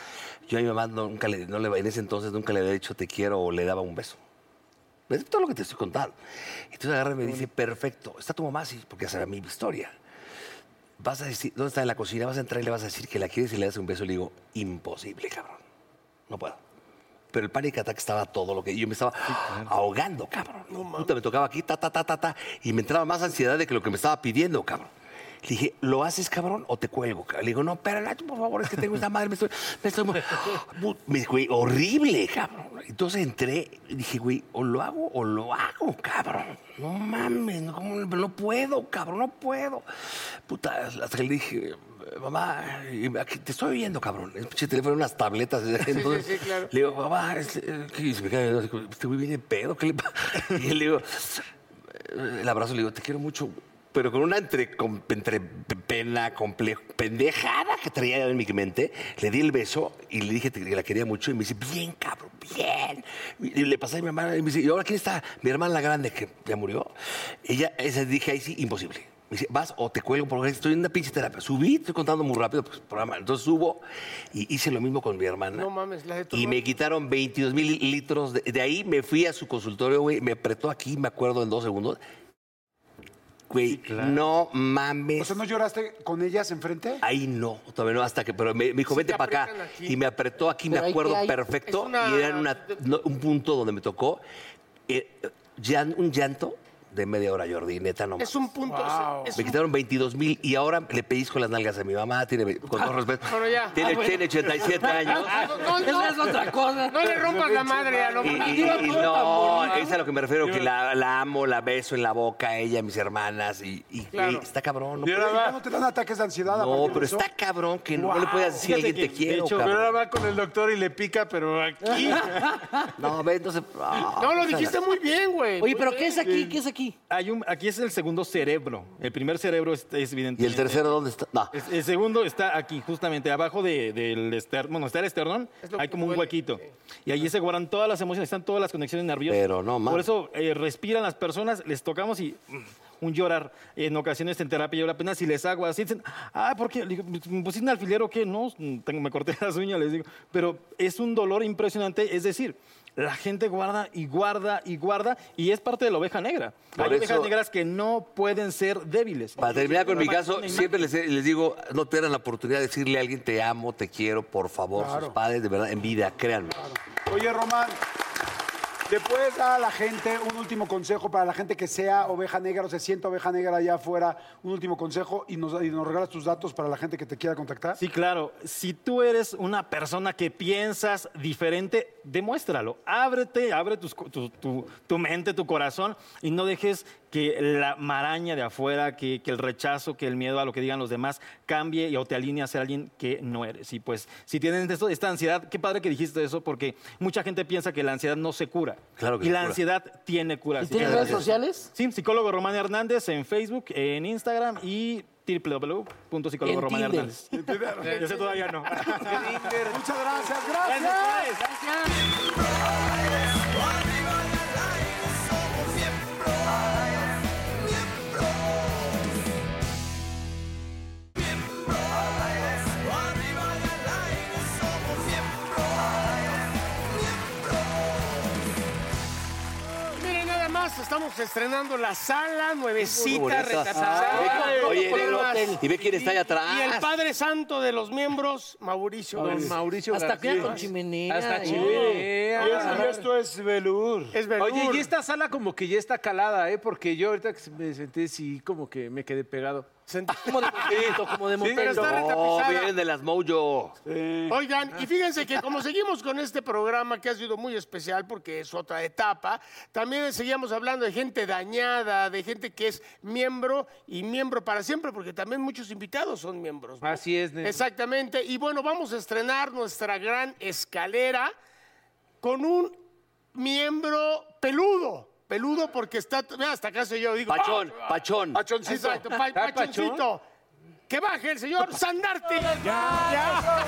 yo a mi mamá nunca le, no le, en ese entonces nunca le había dicho te quiero o le daba un beso. Es todo lo que te estoy contando. Entonces agarra y me dice, perfecto, está tu mamá, sí, porque ya sabía mi historia. Vas a decir, ¿dónde está en la cocina? Vas a entrar y le vas a decir que la quieres y le das un beso. Y le digo, imposible, cabrón. No puedo. Pero el panic attack estaba todo lo que... Yo me estaba ahogando, cabrón. Puta, me tocaba aquí, ta, ta, ta, ta, ta. Y me entraba más ansiedad de que lo que me estaba pidiendo, cabrón. Le dije, ¿lo haces, cabrón, o te cuelgo? cabrón? Le digo, no, pero Nacho, por favor, es que tengo esta madre, me estoy... Me estoy... mu- ¡Oh, Put- Me dijo, güey, horrible, cabrón. Entonces entré y dije, güey, o lo hago o lo hago, cabrón. No mames, no, ¿cómo no? Pero no puedo, cabrón, no puedo. Puta, hasta que le dije, mamá, eh, aquí te estoy oyendo, cabrón. El pinche teléfono, unas tabletas. ¿eh? Entonces, sí, claro. le digo, mamá, es- eh, ¿qué? Y se me queda viendo así como, este güey viene pedo, ¿qué le pasa? Y le digo, eh, el abrazo, le digo, te quiero mucho, pero con una entre, con- entre pe- pena, complejo, pendejada que traía en mi mente, le di el beso y le dije que la quería mucho y me dice, bien, cabrón, bien. Y le pasé a mi hermana y me dice, ¿y ahora quién está? Mi hermana la grande que ya murió. Ella, esa dije, ahí sí, imposible. Me dice, vas o te cuelgo porque estoy en una pinche terapia. Subí, estoy contando muy rápido, pues programa. Entonces subo y hice lo mismo con mi hermana. No mames, la de tu Y me hermana. quitaron 22 mil litros. De, de ahí me fui a su consultorio, güey. Me apretó aquí, me acuerdo, en dos segundos. Güey, no mames. O sea, ¿no lloraste con ellas enfrente? Ahí no, todavía no, hasta que, pero me, me dijo, vente para acá. aprietan aquí. Y me apretó aquí, Pero me ahí acuerdo que hay- perfecto. Es una- Y era en una- no, un punto donde me tocó eh, eh, llan- un llanto de media hora, Jordi, neta, no mames. Es un punto. es- es Me un- quitaron 22 mil y ahora le pellizco las nalgas a mi mamá, tiene, ve- con todo respeto, bueno, ya. tiene, Ah, bueno. tiene 87 años. no, no, Esa es no, otra cosa. no le rompas la madre a lo Y, y- Iba y todo tan no, bonito. es a lo que me refiero, que la, la amo, la beso en la boca, ella, mis hermanas, y, y- y está cabrón. No, Y ahora ¿Ya va, no te dan ataques de ansiedad? a No, partir de pero eso? está cabrón que no le puedas decir a Fíjate alguien te que, de quiero, hecho, pero ahora cabrón. va con el doctor y le pica, pero aquí. No, ve, entonces... ah, No, lo o sea, dijiste muy bien, güey. Oye, pero ¿qué es aquí? ¿Qué es aquí? Hay un, aquí es el segundo cerebro. El primer cerebro es, es evidentemente. ¿Y el tercero dónde está? No. Es- el segundo está aquí, justamente abajo de- del esternón. Bueno, está el esternón, lo hay que como un duele, huequito. Y allí se guardan todas las emociones, están todas las conexiones nerviosas. Pero no mames. Por eso eh, respiran las personas, les tocamos y mm, un llorar. En ocasiones en terapia yo la pena si les hago así, dicen, ah, ¿por qué? Le digo, ¿Me pusiste un alfiler o qué? No, tengo- me corté las uñas, les digo. Pero es un dolor impresionante, es decir... La gente guarda y guarda y guarda y es parte de la oveja negra. Por Hay ovejas eso- negras que no pueden ser débiles. Para terminar con mi caso, Una imagen. siempre les, les digo, no te dan la oportunidad de decirle a alguien te amo, te quiero, por favor, sus padres, de verdad, en vida, créanme. Oye, Román, ¿le puedes dar a la gente un último consejo para la gente que sea oveja negra o se sienta oveja negra allá afuera? Un último consejo y nos, y nos regalas tus datos para la gente que te quiera contactar. Sí, claro. Si tú eres una persona que piensas diferente, demuéstralo. Ábrete, abre tus co- tu, tu- tu mente, tu corazón y no dejes que la maraña de afuera, que, que el rechazo, que el miedo a lo que digan los demás cambie y o te alinee a ser alguien que no eres. Y pues, si tienes esto, esta ansiedad, qué padre que dijiste eso, porque mucha gente piensa que la ansiedad no se cura. Claro que Y se la cura. ansiedad tiene cura. ¿Y Así tienes que- redes sociales? Sí, psicólogo Román Hernández en Facebook, en Instagram y En www.psicólogo Tinder. Hernández. Ese todavía no. Muchas gracias, gracias. Miren, nada más, estamos estrenando la sala nuevecita, bonita. retazada. Ay, oye, con negro, más. y ve quién está allá Y- atrás. Y el padre santo de los miembros, Mauricio. Don García. Mauricio Hasta García. que con chimenea. Hasta ¿no? chimenea. esto es velur. Es verdad. Oye, y esta sala como que ya está calada, ¿eh? Porque yo ahorita que me senté, sí, como que me quedé pegado. Como de motito, como de Sí, pero motito. está- No, retapizada. vienen de las Mojo. Oigan, y fíjense que como seguimos con este programa que ha sido muy especial porque es otra etapa, también seguíamos hablando de gente dañada, de gente que es miembro y miembro para siempre, porque también muchos invitados son miembros. ¿no? Así es, Nene. Exactamente. Y bueno, vamos a estrenar nuestra gran escalera con un miembro peludo. Peludo porque está, vea, hasta acá soy yo, digo. ¡Ah! Pachón, pachón. Pachoncito. Exacto, pa- ¿Ah, pachoncito. Que baje el señor Sandarte. Ya,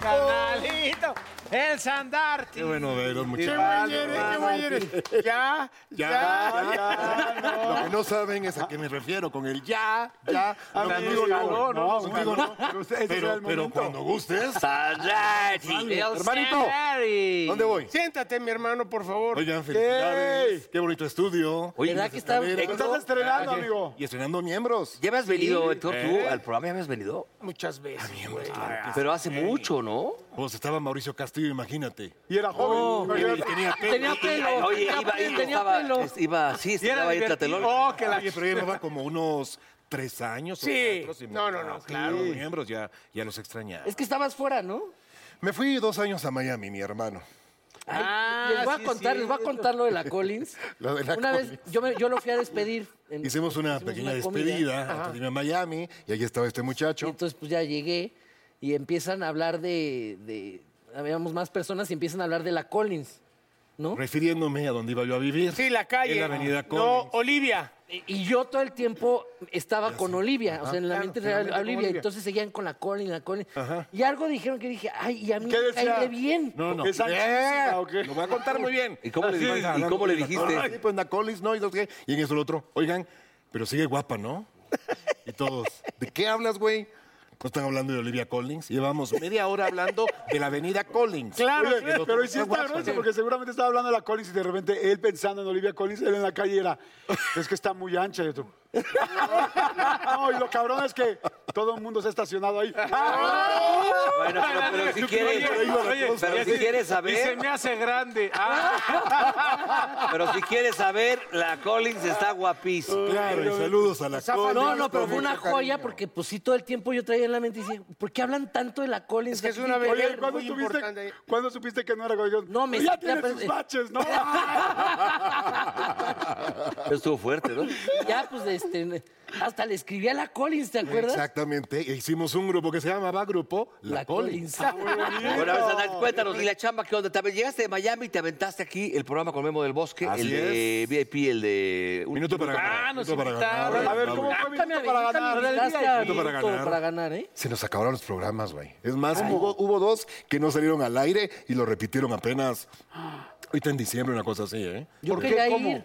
¡Canalito! ¡El Sandarti! bueno verlos, muchachos. Qué güey eres, qué güey eres. Ya, ya, Lo que no saben es a qué me refiero con el ya, ya. No, Ah, mí conmigo me caló, no, no, no, conmigo no. era Pero, el pero momento. cuando gustes, Sandrati. hermanito, ¿dónde voy? Siéntate, mi hermano, por favor. Oigan, felicidades. Qué bonito estudio. Oye, ¿Verdad que está- escaleras. Héctor, Estás estrenando, amigo. Y estrenando miembros. Eh. ¿Ya me has venido, Héctor, tú al programa? ¿Ya me has venido? Muchas veces. güey. Pero hace mucho, ¿no? Pues estaba Mauricio Castillo, imagínate. Oh, Y era joven. Y tenía pelo. Tenía pelo. Oye, tenía pelo, iba, iba, tenía estaba, pelo. es- iba, sí, estaba ahí en Tlatelolco. Oh, que la... Oye, pero ya llevaba como unos tres años. o Sí. cuatro, si me- No, no, no, Ah, sí, claro. los miembros ya, ya los extrañaba. Es que estabas fuera, ¿no? Me fui dos años a Miami, mi hermano. Ay, Ah, les voy sí, a contar, sí. les voy a contar lo de la Collins. Lo de la una vez Collins. yo, me- yo lo fui a despedir. en- Hicimos una hicimos pequeña una comida. despedida antes de irme a Miami y aquí estaba este Y muchacho. entonces pues ya llegué y empiezan a hablar de, de habíamos más personas y empiezan a hablar de la Collins, ¿no? refiriéndome a dónde iba yo a vivir. Sí, la calle. En la avenida No, Collins. Olivia. Y- Y yo todo el tiempo estaba con Olivia, o sea, en la mente real mente con Olivia, Olivia. entonces seguían con la Collins, la Collins. Y algo dijeron que dije, ay, y a mí ¿Qué me decía? cae bien. No, no. Esa- Eh, Ah, ok. Lo voy a contar muy bien. ¿Y cómo le Así, dijiste? hablando ¿Y cómo le de la dijiste? Collins, sí, pues la Collins, ¿no? Y, no sé qué. y en eso el otro, oigan, pero sigue guapa, ¿no? Y todos, ¿de qué hablas, güey? No están hablando de Olivia Collins. Llevamos media hora hablando de la avenida Collins. Oye, pero sí está ¿eh? grueso, porque seguramente estaba hablando de la Collins y de repente él pensando en Olivia Collins, él en la calle era, es que está muy ancha, yo tú. No, y lo cabrón es que todo el mundo se ha estacionado ahí. Bueno, pero, pero si quieres, pero si quieres Y se saber, me hace grande. Ah, pero si quieres saber, la Collins está guapísima. Claro, y saludos a la Collins. No, no, pero fue una Mucho joya cariño. porque pues sí todo el tiempo yo traía en la mente y decía, ¿por qué hablan tanto de la Collins? Es que es una Aquí? belleza. Oye, ¿cuándo, Muy tuviste, importante. ¿cuándo supiste que no era Collins? No, me Ya saqué a tiene pe- sus baches, ¿no? Estuvo fuerte, ¿no? Ya, pues, este, hasta le escribí a la Collins, ¿te acuerdas? Exactamente. E Hicimos un grupo que se llamaba Grupo La, La Collins. Collins. Bueno, a ver, Sandal, cuéntanos, ¿y la chamba qué onda? También llegaste de Miami y te aventaste aquí el programa con Memo del Bosque, Así el de es. VIP, el de... Un Minuto para ganar. nos Ah, minuto para ganar. invitaron. A ver, ¿cómo Vamos. fue mi Nunca me minuto para aventaste, ganar? me invitaste a Minuto para Minuto ganar. para ganar, ¿eh? Se nos acabaron los programas, güey. Es más, hubo, hubo dos que no salieron al aire y lo repitieron apenas. Ahorita en diciembre, una cosa así, ¿eh? Yo quería ir.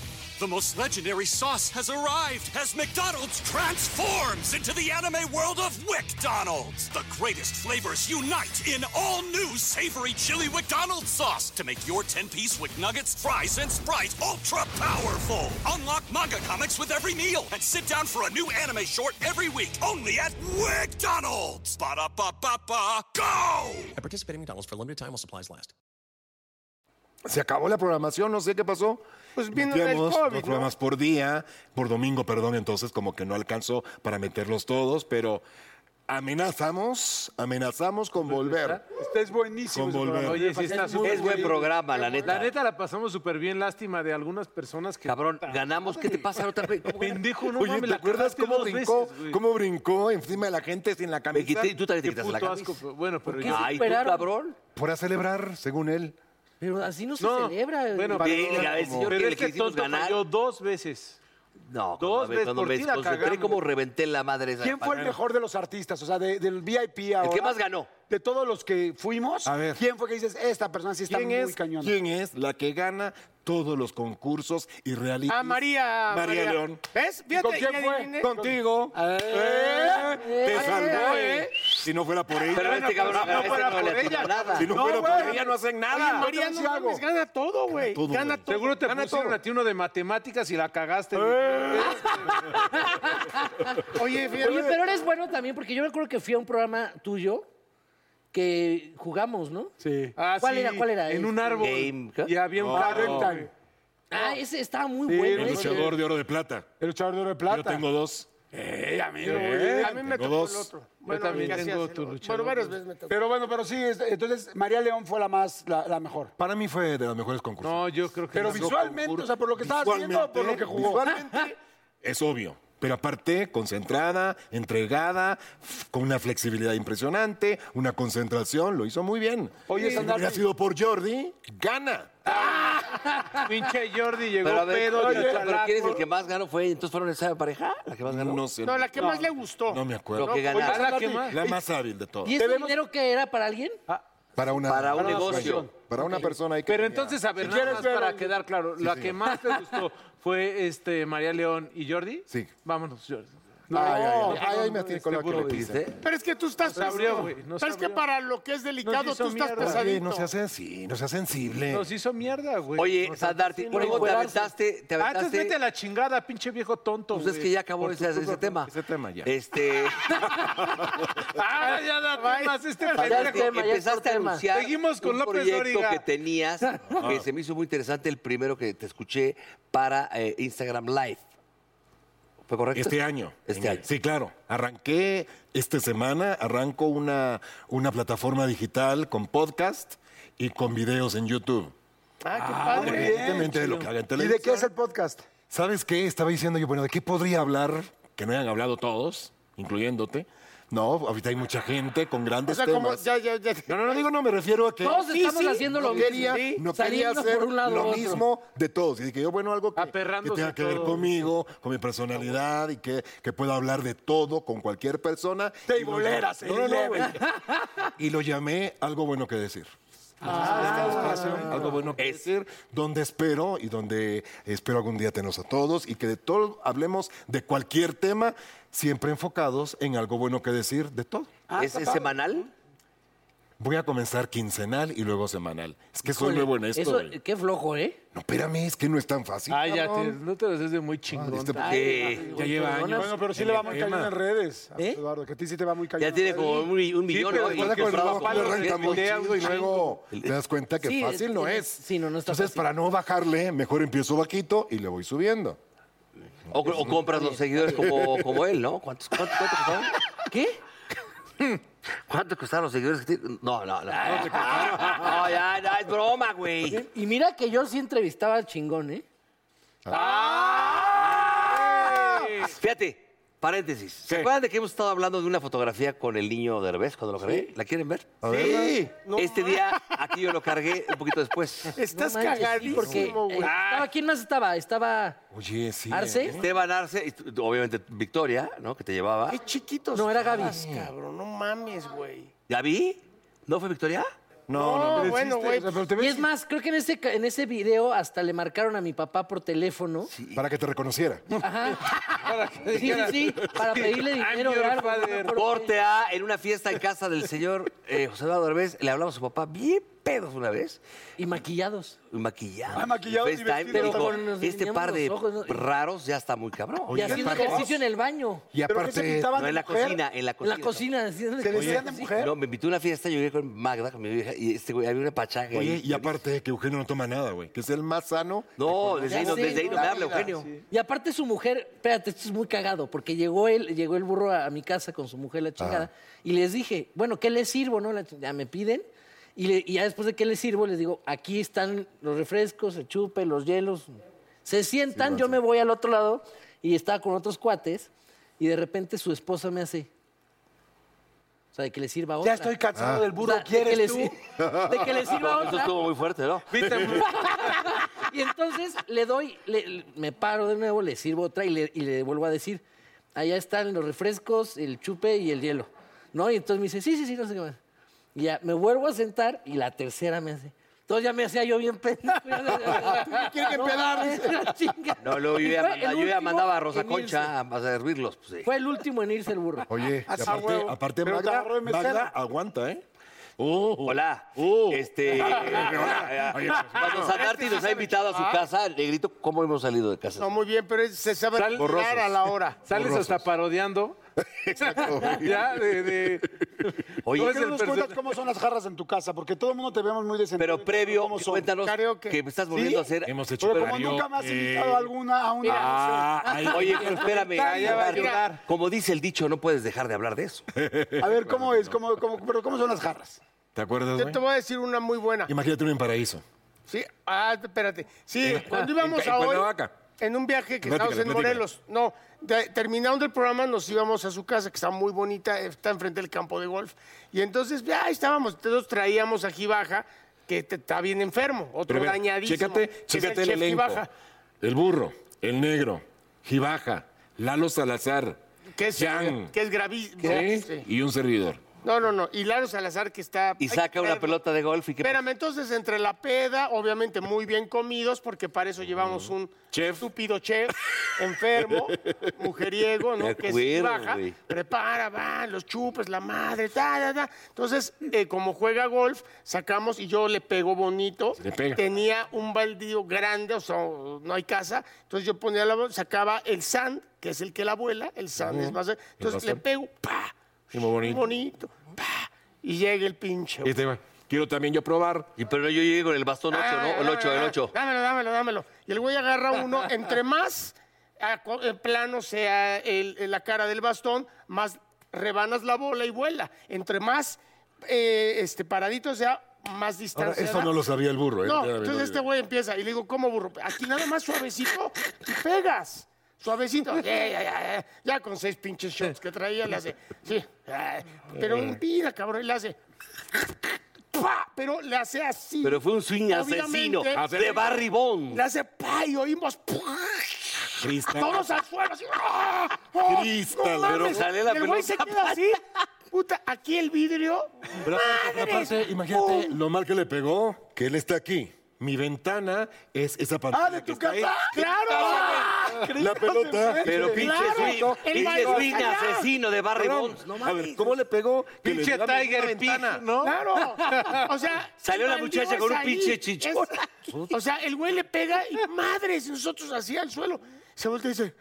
The most legendary sauce has arrived as McDonald's transforms into the anime world of WickDonald's. The greatest flavors unite in all new savory chili McDonald's sauce to make your 10-piece Wick Nuggets, fries, and Sprite ultra-powerful. Unlock manga comics with every meal and sit down for a new anime short every week only at WickDonald's. Ba-da-ba-ba-ba, go! At participating McDonald's for a limited time while supplies last. Se acabó la programación, no sé qué pasó. Pues vino el Metíamos COVID, dos ¿no? programas por día, por domingo, perdón, entonces como que no alcanzó para meterlos todos, pero amenazamos, amenazamos con volver. Este es buenísimo. Con ese programa. volver. oye, sí está súper Es buen programa, La la neta. neta la pasamos súper bien. Lástima de algunas personas que... Cabrón, ganamos. ¿Qué te pasa otra vez? ¿Cómo ganas? Pendejo, no Oye, mames, ¿te la acuerdas cagaste cómo dos brincó, veces, güey. cómo brincó encima de la gente sin la Me camisa? quité y tú también te Qué quitas la puto camisa. asco. Bueno, pero qué yo- se Ay, tú, superaron? cabrón. Para celebrar, según él. Pero así no se No, celebra. Bueno, güey. Verga, pero- el señor pero que le este quisimos tonto ganar. falló dos veces. No, Dos cuando- veces cuando por me ti la desconcentré, cagamos. como reventé la madre esa. ¿Quién fue el mejor de los artistas? O sea, de- del VIP ahora. ¿El que más ganó? De todos los que fuimos, A ver. ¿quién fue que dices, esta persona sí está ¿Quién muy es, cañona? ¿Quién es la que gana todos los concursos y reality? Ah, María. María León. ¿Ves? Fíjate, ¿Con quién ya fue? adiviné. Contigo. ¿Eh? Te salvó, ¿eh? Si no fuera por ella. Pero este cabrón pero no a este fuera no le por atinó ella. nada. si no, No, fuera por güey. ella, no hacen nada. Oye, María, no sí hago. mames, gana todo, güey. todo, Gana güey. todo. Seguro te gana pusieron todo. a ti uno de matemáticas y la cagaste. Oye, fíjate. Oye, pero eres bueno también, porque yo me acuerdo que fui a un programa tuyo que jugamos, ¿no? Sí. Ah, ¿Cuál sí, era? ¿Cuál era? En un Este, árbol. Game, ¿qué? Y había un Ah, carro. Game Time. Ah, ese estaba muy bueno. El ese. luchador de oro de plata. El luchador de oro de plata. Yo tengo dos. Eh, a mí tengo me tocó dos. el otro. Bueno, también casi tengo hace tu el otro. luchador. Bueno, varias veces me tocó. Pero bueno, pero sí, es- entonces María León fue la más, la, la mejor. Para mí fue de los mejores concursos. No, yo creo que Pero no. visualmente, o sea, por lo que estabas viendo, Visualmente, por lo que jugó. visualmente, es obvio. Pero aparte, concentrada, entregada, f- con una flexibilidad impresionante, una concentración, lo hizo muy bien. Oye, si no Sandarte. hubiera sido por Jordi, gana. Pinche Jordi llegó Pero a ver, pedo. oye, llegó pero chalaco. ¿quién es el que más ganó? ¿Fue entonces fueron esa pareja? ¿La que más ganó? No sé. No, la que más le gustó. No me acuerdo. Lo que Ah, ganaron la que más. La más hábil de todas. ¿Y ese dinero que era para alguien? Para una, para un negocio. para una persona hay que. Pero entonces, a ver, nada quieres más ver para el- quedar claro, la que más te gustó fue este María León y Jordi. Sí. Vámonos, Jordi. No, ay, ay, ay, ay, me atiré con la que Seguro le pise. ¿Viste? Pero es que tú estás. se abrió, pesado. güey, no se Pero es que abrió. para lo que es delicado, Nos tú hizo estás mierda. Oye, pesadito. no seas así, no seas sensible. Nos hizo mierda, güey. Oye, Nos- Sandarti, Sí, por no, ejemplo, te güey. aventaste, te Ah, Antes vete a aventaste. la chingada, pinche viejo tonto. Pues es güey. que ya acabó Por ese, tu ese culpa, tema. ese tema ya. Este, Ah, ya da temas, este Ya el Sandarti, pendejo. tema, ya es empezaste a por tema. anunciar Seguimos con un López proyecto Dóriga. que tenías, que se me hizo muy interesante el primero que te escuché para eh, Instagram Live. ¿Fue correcto? Este año. Este año. Sí, claro. Arranqué esta semana, arranco una, una plataforma digital con podcast y con videos en YouTube. Ah, qué padre. Independientemente de lo que haga en ¿Y televisión. de qué es el podcast? ¿Sabes qué? Estaba diciendo yo, bueno, ¿de qué podría hablar que no hayan hablado todos, incluyéndote? No, ahorita hay mucha gente con O grandes sea, como, temas. ya, ya, ya. No, no, no digo, no, me refiero a que... Todos Sí, estamos sí, haciendo no lo quería, mismo, ¿sí? No quería Saliendo hacer por un lado u lo otro. mismo de todos. Y dije yo, bueno, algo que, que Aperrándose tenga que ver todos. conmigo, con mi personalidad y que, que pueda hablar de todo con cualquier persona. Y lo- Teiboleras, No, no, no, el güey. Y lo llamé algo bueno que decir. Ah. Algo bueno que decir, donde espero y donde espero algún día tenernos a todos y que de todo hablemos de cualquier tema, siempre enfocados en algo bueno que decir de todo. Ah, ¿Es, es semanal? Voy a comenzar quincenal y luego semanal. Es que soy Híjole, nuevo en esto. eso, güey. Qué flojo, ¿eh? No, espérame, es que no es tan fácil. Ah, Ay, ya, te- cabrón. no te lo haces de muy chingón. ¿viste? Ay, Sí. ya lleva años. Bueno, pero sí en le va el muy tema. cañón en redes, a ¿Eh? Eduardo, que a ti sí te va muy cañón. Ya en tiene redes. como un, un millón. pero ¿no? Y Recuerda que que el bravo, trabajo bravo, arranca es muy mucho. chido y luego te das cuenta que Sí, fácil no tiene- es. sí, no, no está Entonces, fácil. para no bajarle, mejor empiezo bajito y le voy subiendo. O, o compras los seguidores como, como él, ¿no? ¿Cuántos, cuánto, cuánto costaron? ¿Qué? ¿Cuánto costaron los seguidores que tiene? No, no, no. No, no ya, ya, es broma, güey. Y mira que yo sí entrevistaba al chingón, ¿eh? Fíjate, paréntesis. ¿Se acuerdan de que hemos estado hablando de una fotografía con el niño de Herbés cuando lo cargué? ¿La quieren ver? Sí. este día, aquí yo lo cargué un poquito después. Estás No manches, sí, cagadísimo, porque, eh, güey. estaba- ¿Quién más estaba? Estaba Oye, sí. Arce. Esteban Arce, y tú- obviamente Victoria, ¿no? Que te llevaba. Qué chiquitos. No, era Gaby. estabas, cabrón, no mames, güey. ¿Ya vi? ¿No fue Victoria? No, no, No, no. bueno, Sí, o güey. sea, pero te Oh, Y ves es más, creo que en ese, ca- en ese video hasta le marcaron a mi papá por teléfono. Sí, Para que te reconociera. sí, sí, para pedirle dinero. your o algo, no me father. acuerdo Corte A, en una fiesta en casa del señor eh, José Eduardo Herbés, le hablaba a su papá bien pedos una vez. qué. Y maquillados. Maquillado. Ah, maquillado y FaceTime, vestido. dijo, Pero nos este par guiñamos de los ojos, ¿no? raros ya está muy cabrón. y haciendo aparte- ejercicio en el baño. Y ¿Pero qué se aparte, pintaban No, de en la mujer? cocina, en la En cocina. la cocina. haciendo ¿Se ejercicio. vestían de mujer? No, me invitó a una fiesta, yo llegué con Magda, con mi vieja, y este güey, había una pachanga. oye, ahí. y aparte que Eugenio no toma nada, güey. Que es el más sano. No, desde Ya ahí no, sé, desde ahí no me habla, Eugenio. Y aparte su mujer, espérate, esto es muy cagado, porque llegó él, llegó el burro a, a mi casa con su mujer la chingada, y les dije, bueno, ¿qué les sirvo? No? La ching- ya me piden, y, le- y ya después de qué les sirvo, les digo, aquí están los refrescos, el chupe, los hielos. Se sientan, yo me voy al otro lado, y estaba con otros cuates, y de repente su esposa me hace. O sea, de que le sirva otra. Ya estoy cansado Ah. Ah. del O burro, sea, de que ¿quieres le tú? sir- De que le sirva Eso otra. estuvo muy fuerte, ¿no? Y entonces le doy, le- le- me paro de nuevo, le sirvo otra y le, y le vuelvo a decir, allá están los refrescos, el chupe y el hielo. ¿No? Y entonces me dice, sí, sí, sí, no sé qué más. Y ya me vuelvo a sentar y la tercera me hace. Entonces ya me hacía yo bien pendejo. quieres empedar, dice. No, luego yo ya, manda- yo ya mandaba a Rosa Concha a, a servirlos. Pues, sí. Fue el último en irse el burro. Oye, y Ah, sí, aparte, huevo. aparte Pero te Magda, agarró de mesera. Magda aguanta, ¿eh? Oh, Hola. Oh. Este. pues, pues, Cuando Sanarti nos ha invitado a su casa, Negrito, ¿cómo hemos salido de casa? No, Oh, muy bien, pero es- se sabe Sal- retirar a la hora. Sales hasta parodiando. Exacto. ya, de, Este, de- Oye, No ¿Por es qué no el nos perso- cuentas cómo son las jarras en tu casa? Porque todo el mundo te vemos muy decente. pero previo, ¿Cómo son? cuéntanos Karaoke. que me estás volviendo a hacer. Hemos hecho Pero como nunca me has invitado a alguna, a una... Ah, ahí- Oye, pero espérame. ya va a Mario, llorar. Como dice el dicho, no puedes dejar de hablar de eso. A ver, ¿cómo es? ¿Cómo, cómo, pero ¿Cómo son las jarras? ¿Te acuerdas, Yo te güey? voy a decir una muy buena. Imagínate uno en paraíso. Sí, ah, espérate. Sí, cuando íbamos en a hoy, Cuernavaca. en un viaje que Platícale, estábamos en platícale. Morelos, no, de- terminando el programa nos íbamos a su casa, que está muy bonita, está enfrente del campo de golf, y entonces ya estábamos, todos traíamos a Gibaja, que te- está bien enfermo, otro Pero ve, dañadísimo. que Chécate, es chécate el el, chef elenco. Gibaja. El burro, el negro, Gibaja, Lalo Salazar, Que es, Jan, que es gravísimo. ¿sí? Sí. y un servidor. No, no, no. Y Laro Salazar que está. Y hay que saca una traerlo. pelota de golf y que. Espérame, entonces entre la peda, obviamente muy bien comidos, porque para eso llevamos un Chef. estúpido chef, enfermo, De mujeriego, ¿no? Que es acuerdo, baja, güey. prepara, va, los chupes, la madre, ta, ta, ta. Entonces, eh, como juega golf, sacamos y yo le pego bonito. le pega. Tenía un baldío grande, o sea, no hay casa. Entonces yo ponía la bola, sacaba el sand, que es el que la abuela, el sand es más. Entonces le bastón. pego, pa. Y muy bonito. Bonito, pa. Y llega el pinche. Y te va, quiero también yo probar. Y pero yo llegué con el bastón 8, Ah, ¿no? El dámelo, 8, el dámelo, 8. Dámelo, dámelo, dámelo. Y el güey agarra uno, entre más a co- eh, plano sea el- el- la cara del bastón, más rebanas la bola y vuela. Entre más eh, este, paradito sea, más Ahora, distanciada. eso no lo sabía el burro. ¿eh? No, Ya me lo entonces este digo. güey empieza y le digo, ¿cómo burro? Aquí nada más suavecito y pegas. Suavecito. Ya, ya, ya, ya. Ya con seis pinches shots que traía le hace. Sí. Ay, Pero Eh. impida, cabrón. Y le hace. ¡pa! Pero le hace así. Pero fue un swing asesino Obviamente, de Barry Bond. Le hace pa y oímos. ¡pua! Cristal. Todos al suelo. Así, ¡ah! ¡Oh! Cristal, ¡No pero mames! sale la Y El güey se pelota. queda así. Puta, aquí el vidrio. Pero aparte- ¡Madres! aparte, imagínate ¡Pum! lo mal que le pegó, que él está aquí. Mi ventana es esa pantalla. ¡Ah, de que tu está ahí. casa! ¡Claro! La pelota. Pero pinche Claro, swing, el pinche balón swing allá. asesino de Barry Bonds. a ver, ¿cómo le pegó? Que Pinche le pegó a mi Tiger ventana. Pig, ¿no? Claro. O sea. Salió la el muchacha bandido con es un pinche chichón. Es- o sea, el güey le pega y madres, nosotros así al suelo. Se voltea y dice.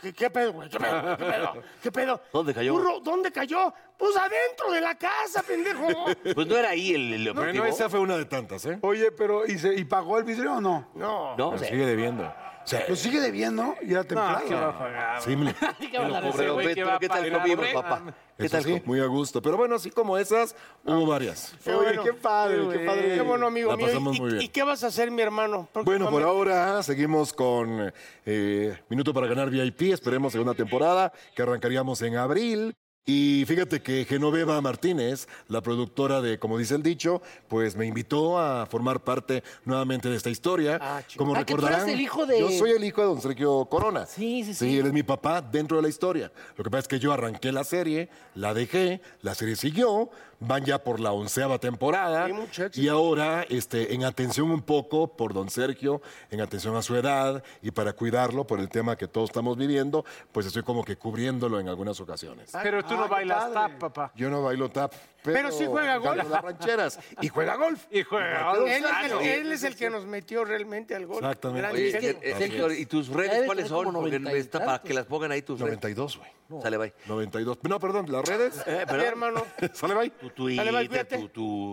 ¿Qué, qué pedo, güey? ¿Qué pedo? ¿Qué pedo? ¿Qué pedo? ¿Dónde cayó? Burro, ¿dónde cayó? Pues adentro de la casa, pendejo. Pues no era ahí el, el objetivo. Bueno, esa fue una de tantas, ¿eh? Oye, pero ¿y, se- y pagó el vidrio o no? No. No, Lo sigue debiendo. O sea, Lo sigue debiendo y era temprano. ¿Qué va a pagar? sí, me- pobre güey Beto, que va a ¿qué tal pagar, comimos, güey? papá? ¿Qué eso tal sí, com- muy a gusto. Pero bueno, así como esas, hubo varias. Qué Oye, bueno. qué padre, qué padre. Qué bueno, amigo La mío. pasamos ¿Y, muy bien. y qué vas a hacer, mi hermano? Bueno, por Próximamente. ahora seguimos con eh, Minuto para ganar VIP. Esperemos segunda temporada que arrancaríamos en abril. Y fíjate que Genoveva Martínez, la productora de Como dice el dicho, pues me invitó a formar parte nuevamente de esta historia. Como Ah, que tú eras recordarán, el hijo de- yo soy el hijo de Don Sergio Corona. Sí, sí, Sí, él es mi papá dentro de la historia. Lo que pasa es que yo arranqué la serie, la dejé, la serie siguió, van ya por la onceava temporada. Sí, muchachos. Y ahora, este, en atención un poco por don Sergio, en atención a su edad y para cuidarlo por el tema que todos estamos viviendo, pues estoy como que cubriéndolo en algunas ocasiones. Pero tú no bailas tap, papá. Yo no bailo tap, pero, Pero sí juega bailo golf. las rancheras y juega golf. Hijo, Él es, el, él es el que nos metió realmente al gol. Exactamente. Gran Oye, Sergio. eh, Sergio, ¿y tus redes debe cuáles tener son? como Porque noventa y está para tantos. que las pongan ahí tus redes. 92, güey. Sale, bye. 92. No, perdón, las redes. Eh, Mi hermano. Sale, bye. Tu Dale, bye, Twitter, cuídate. tu,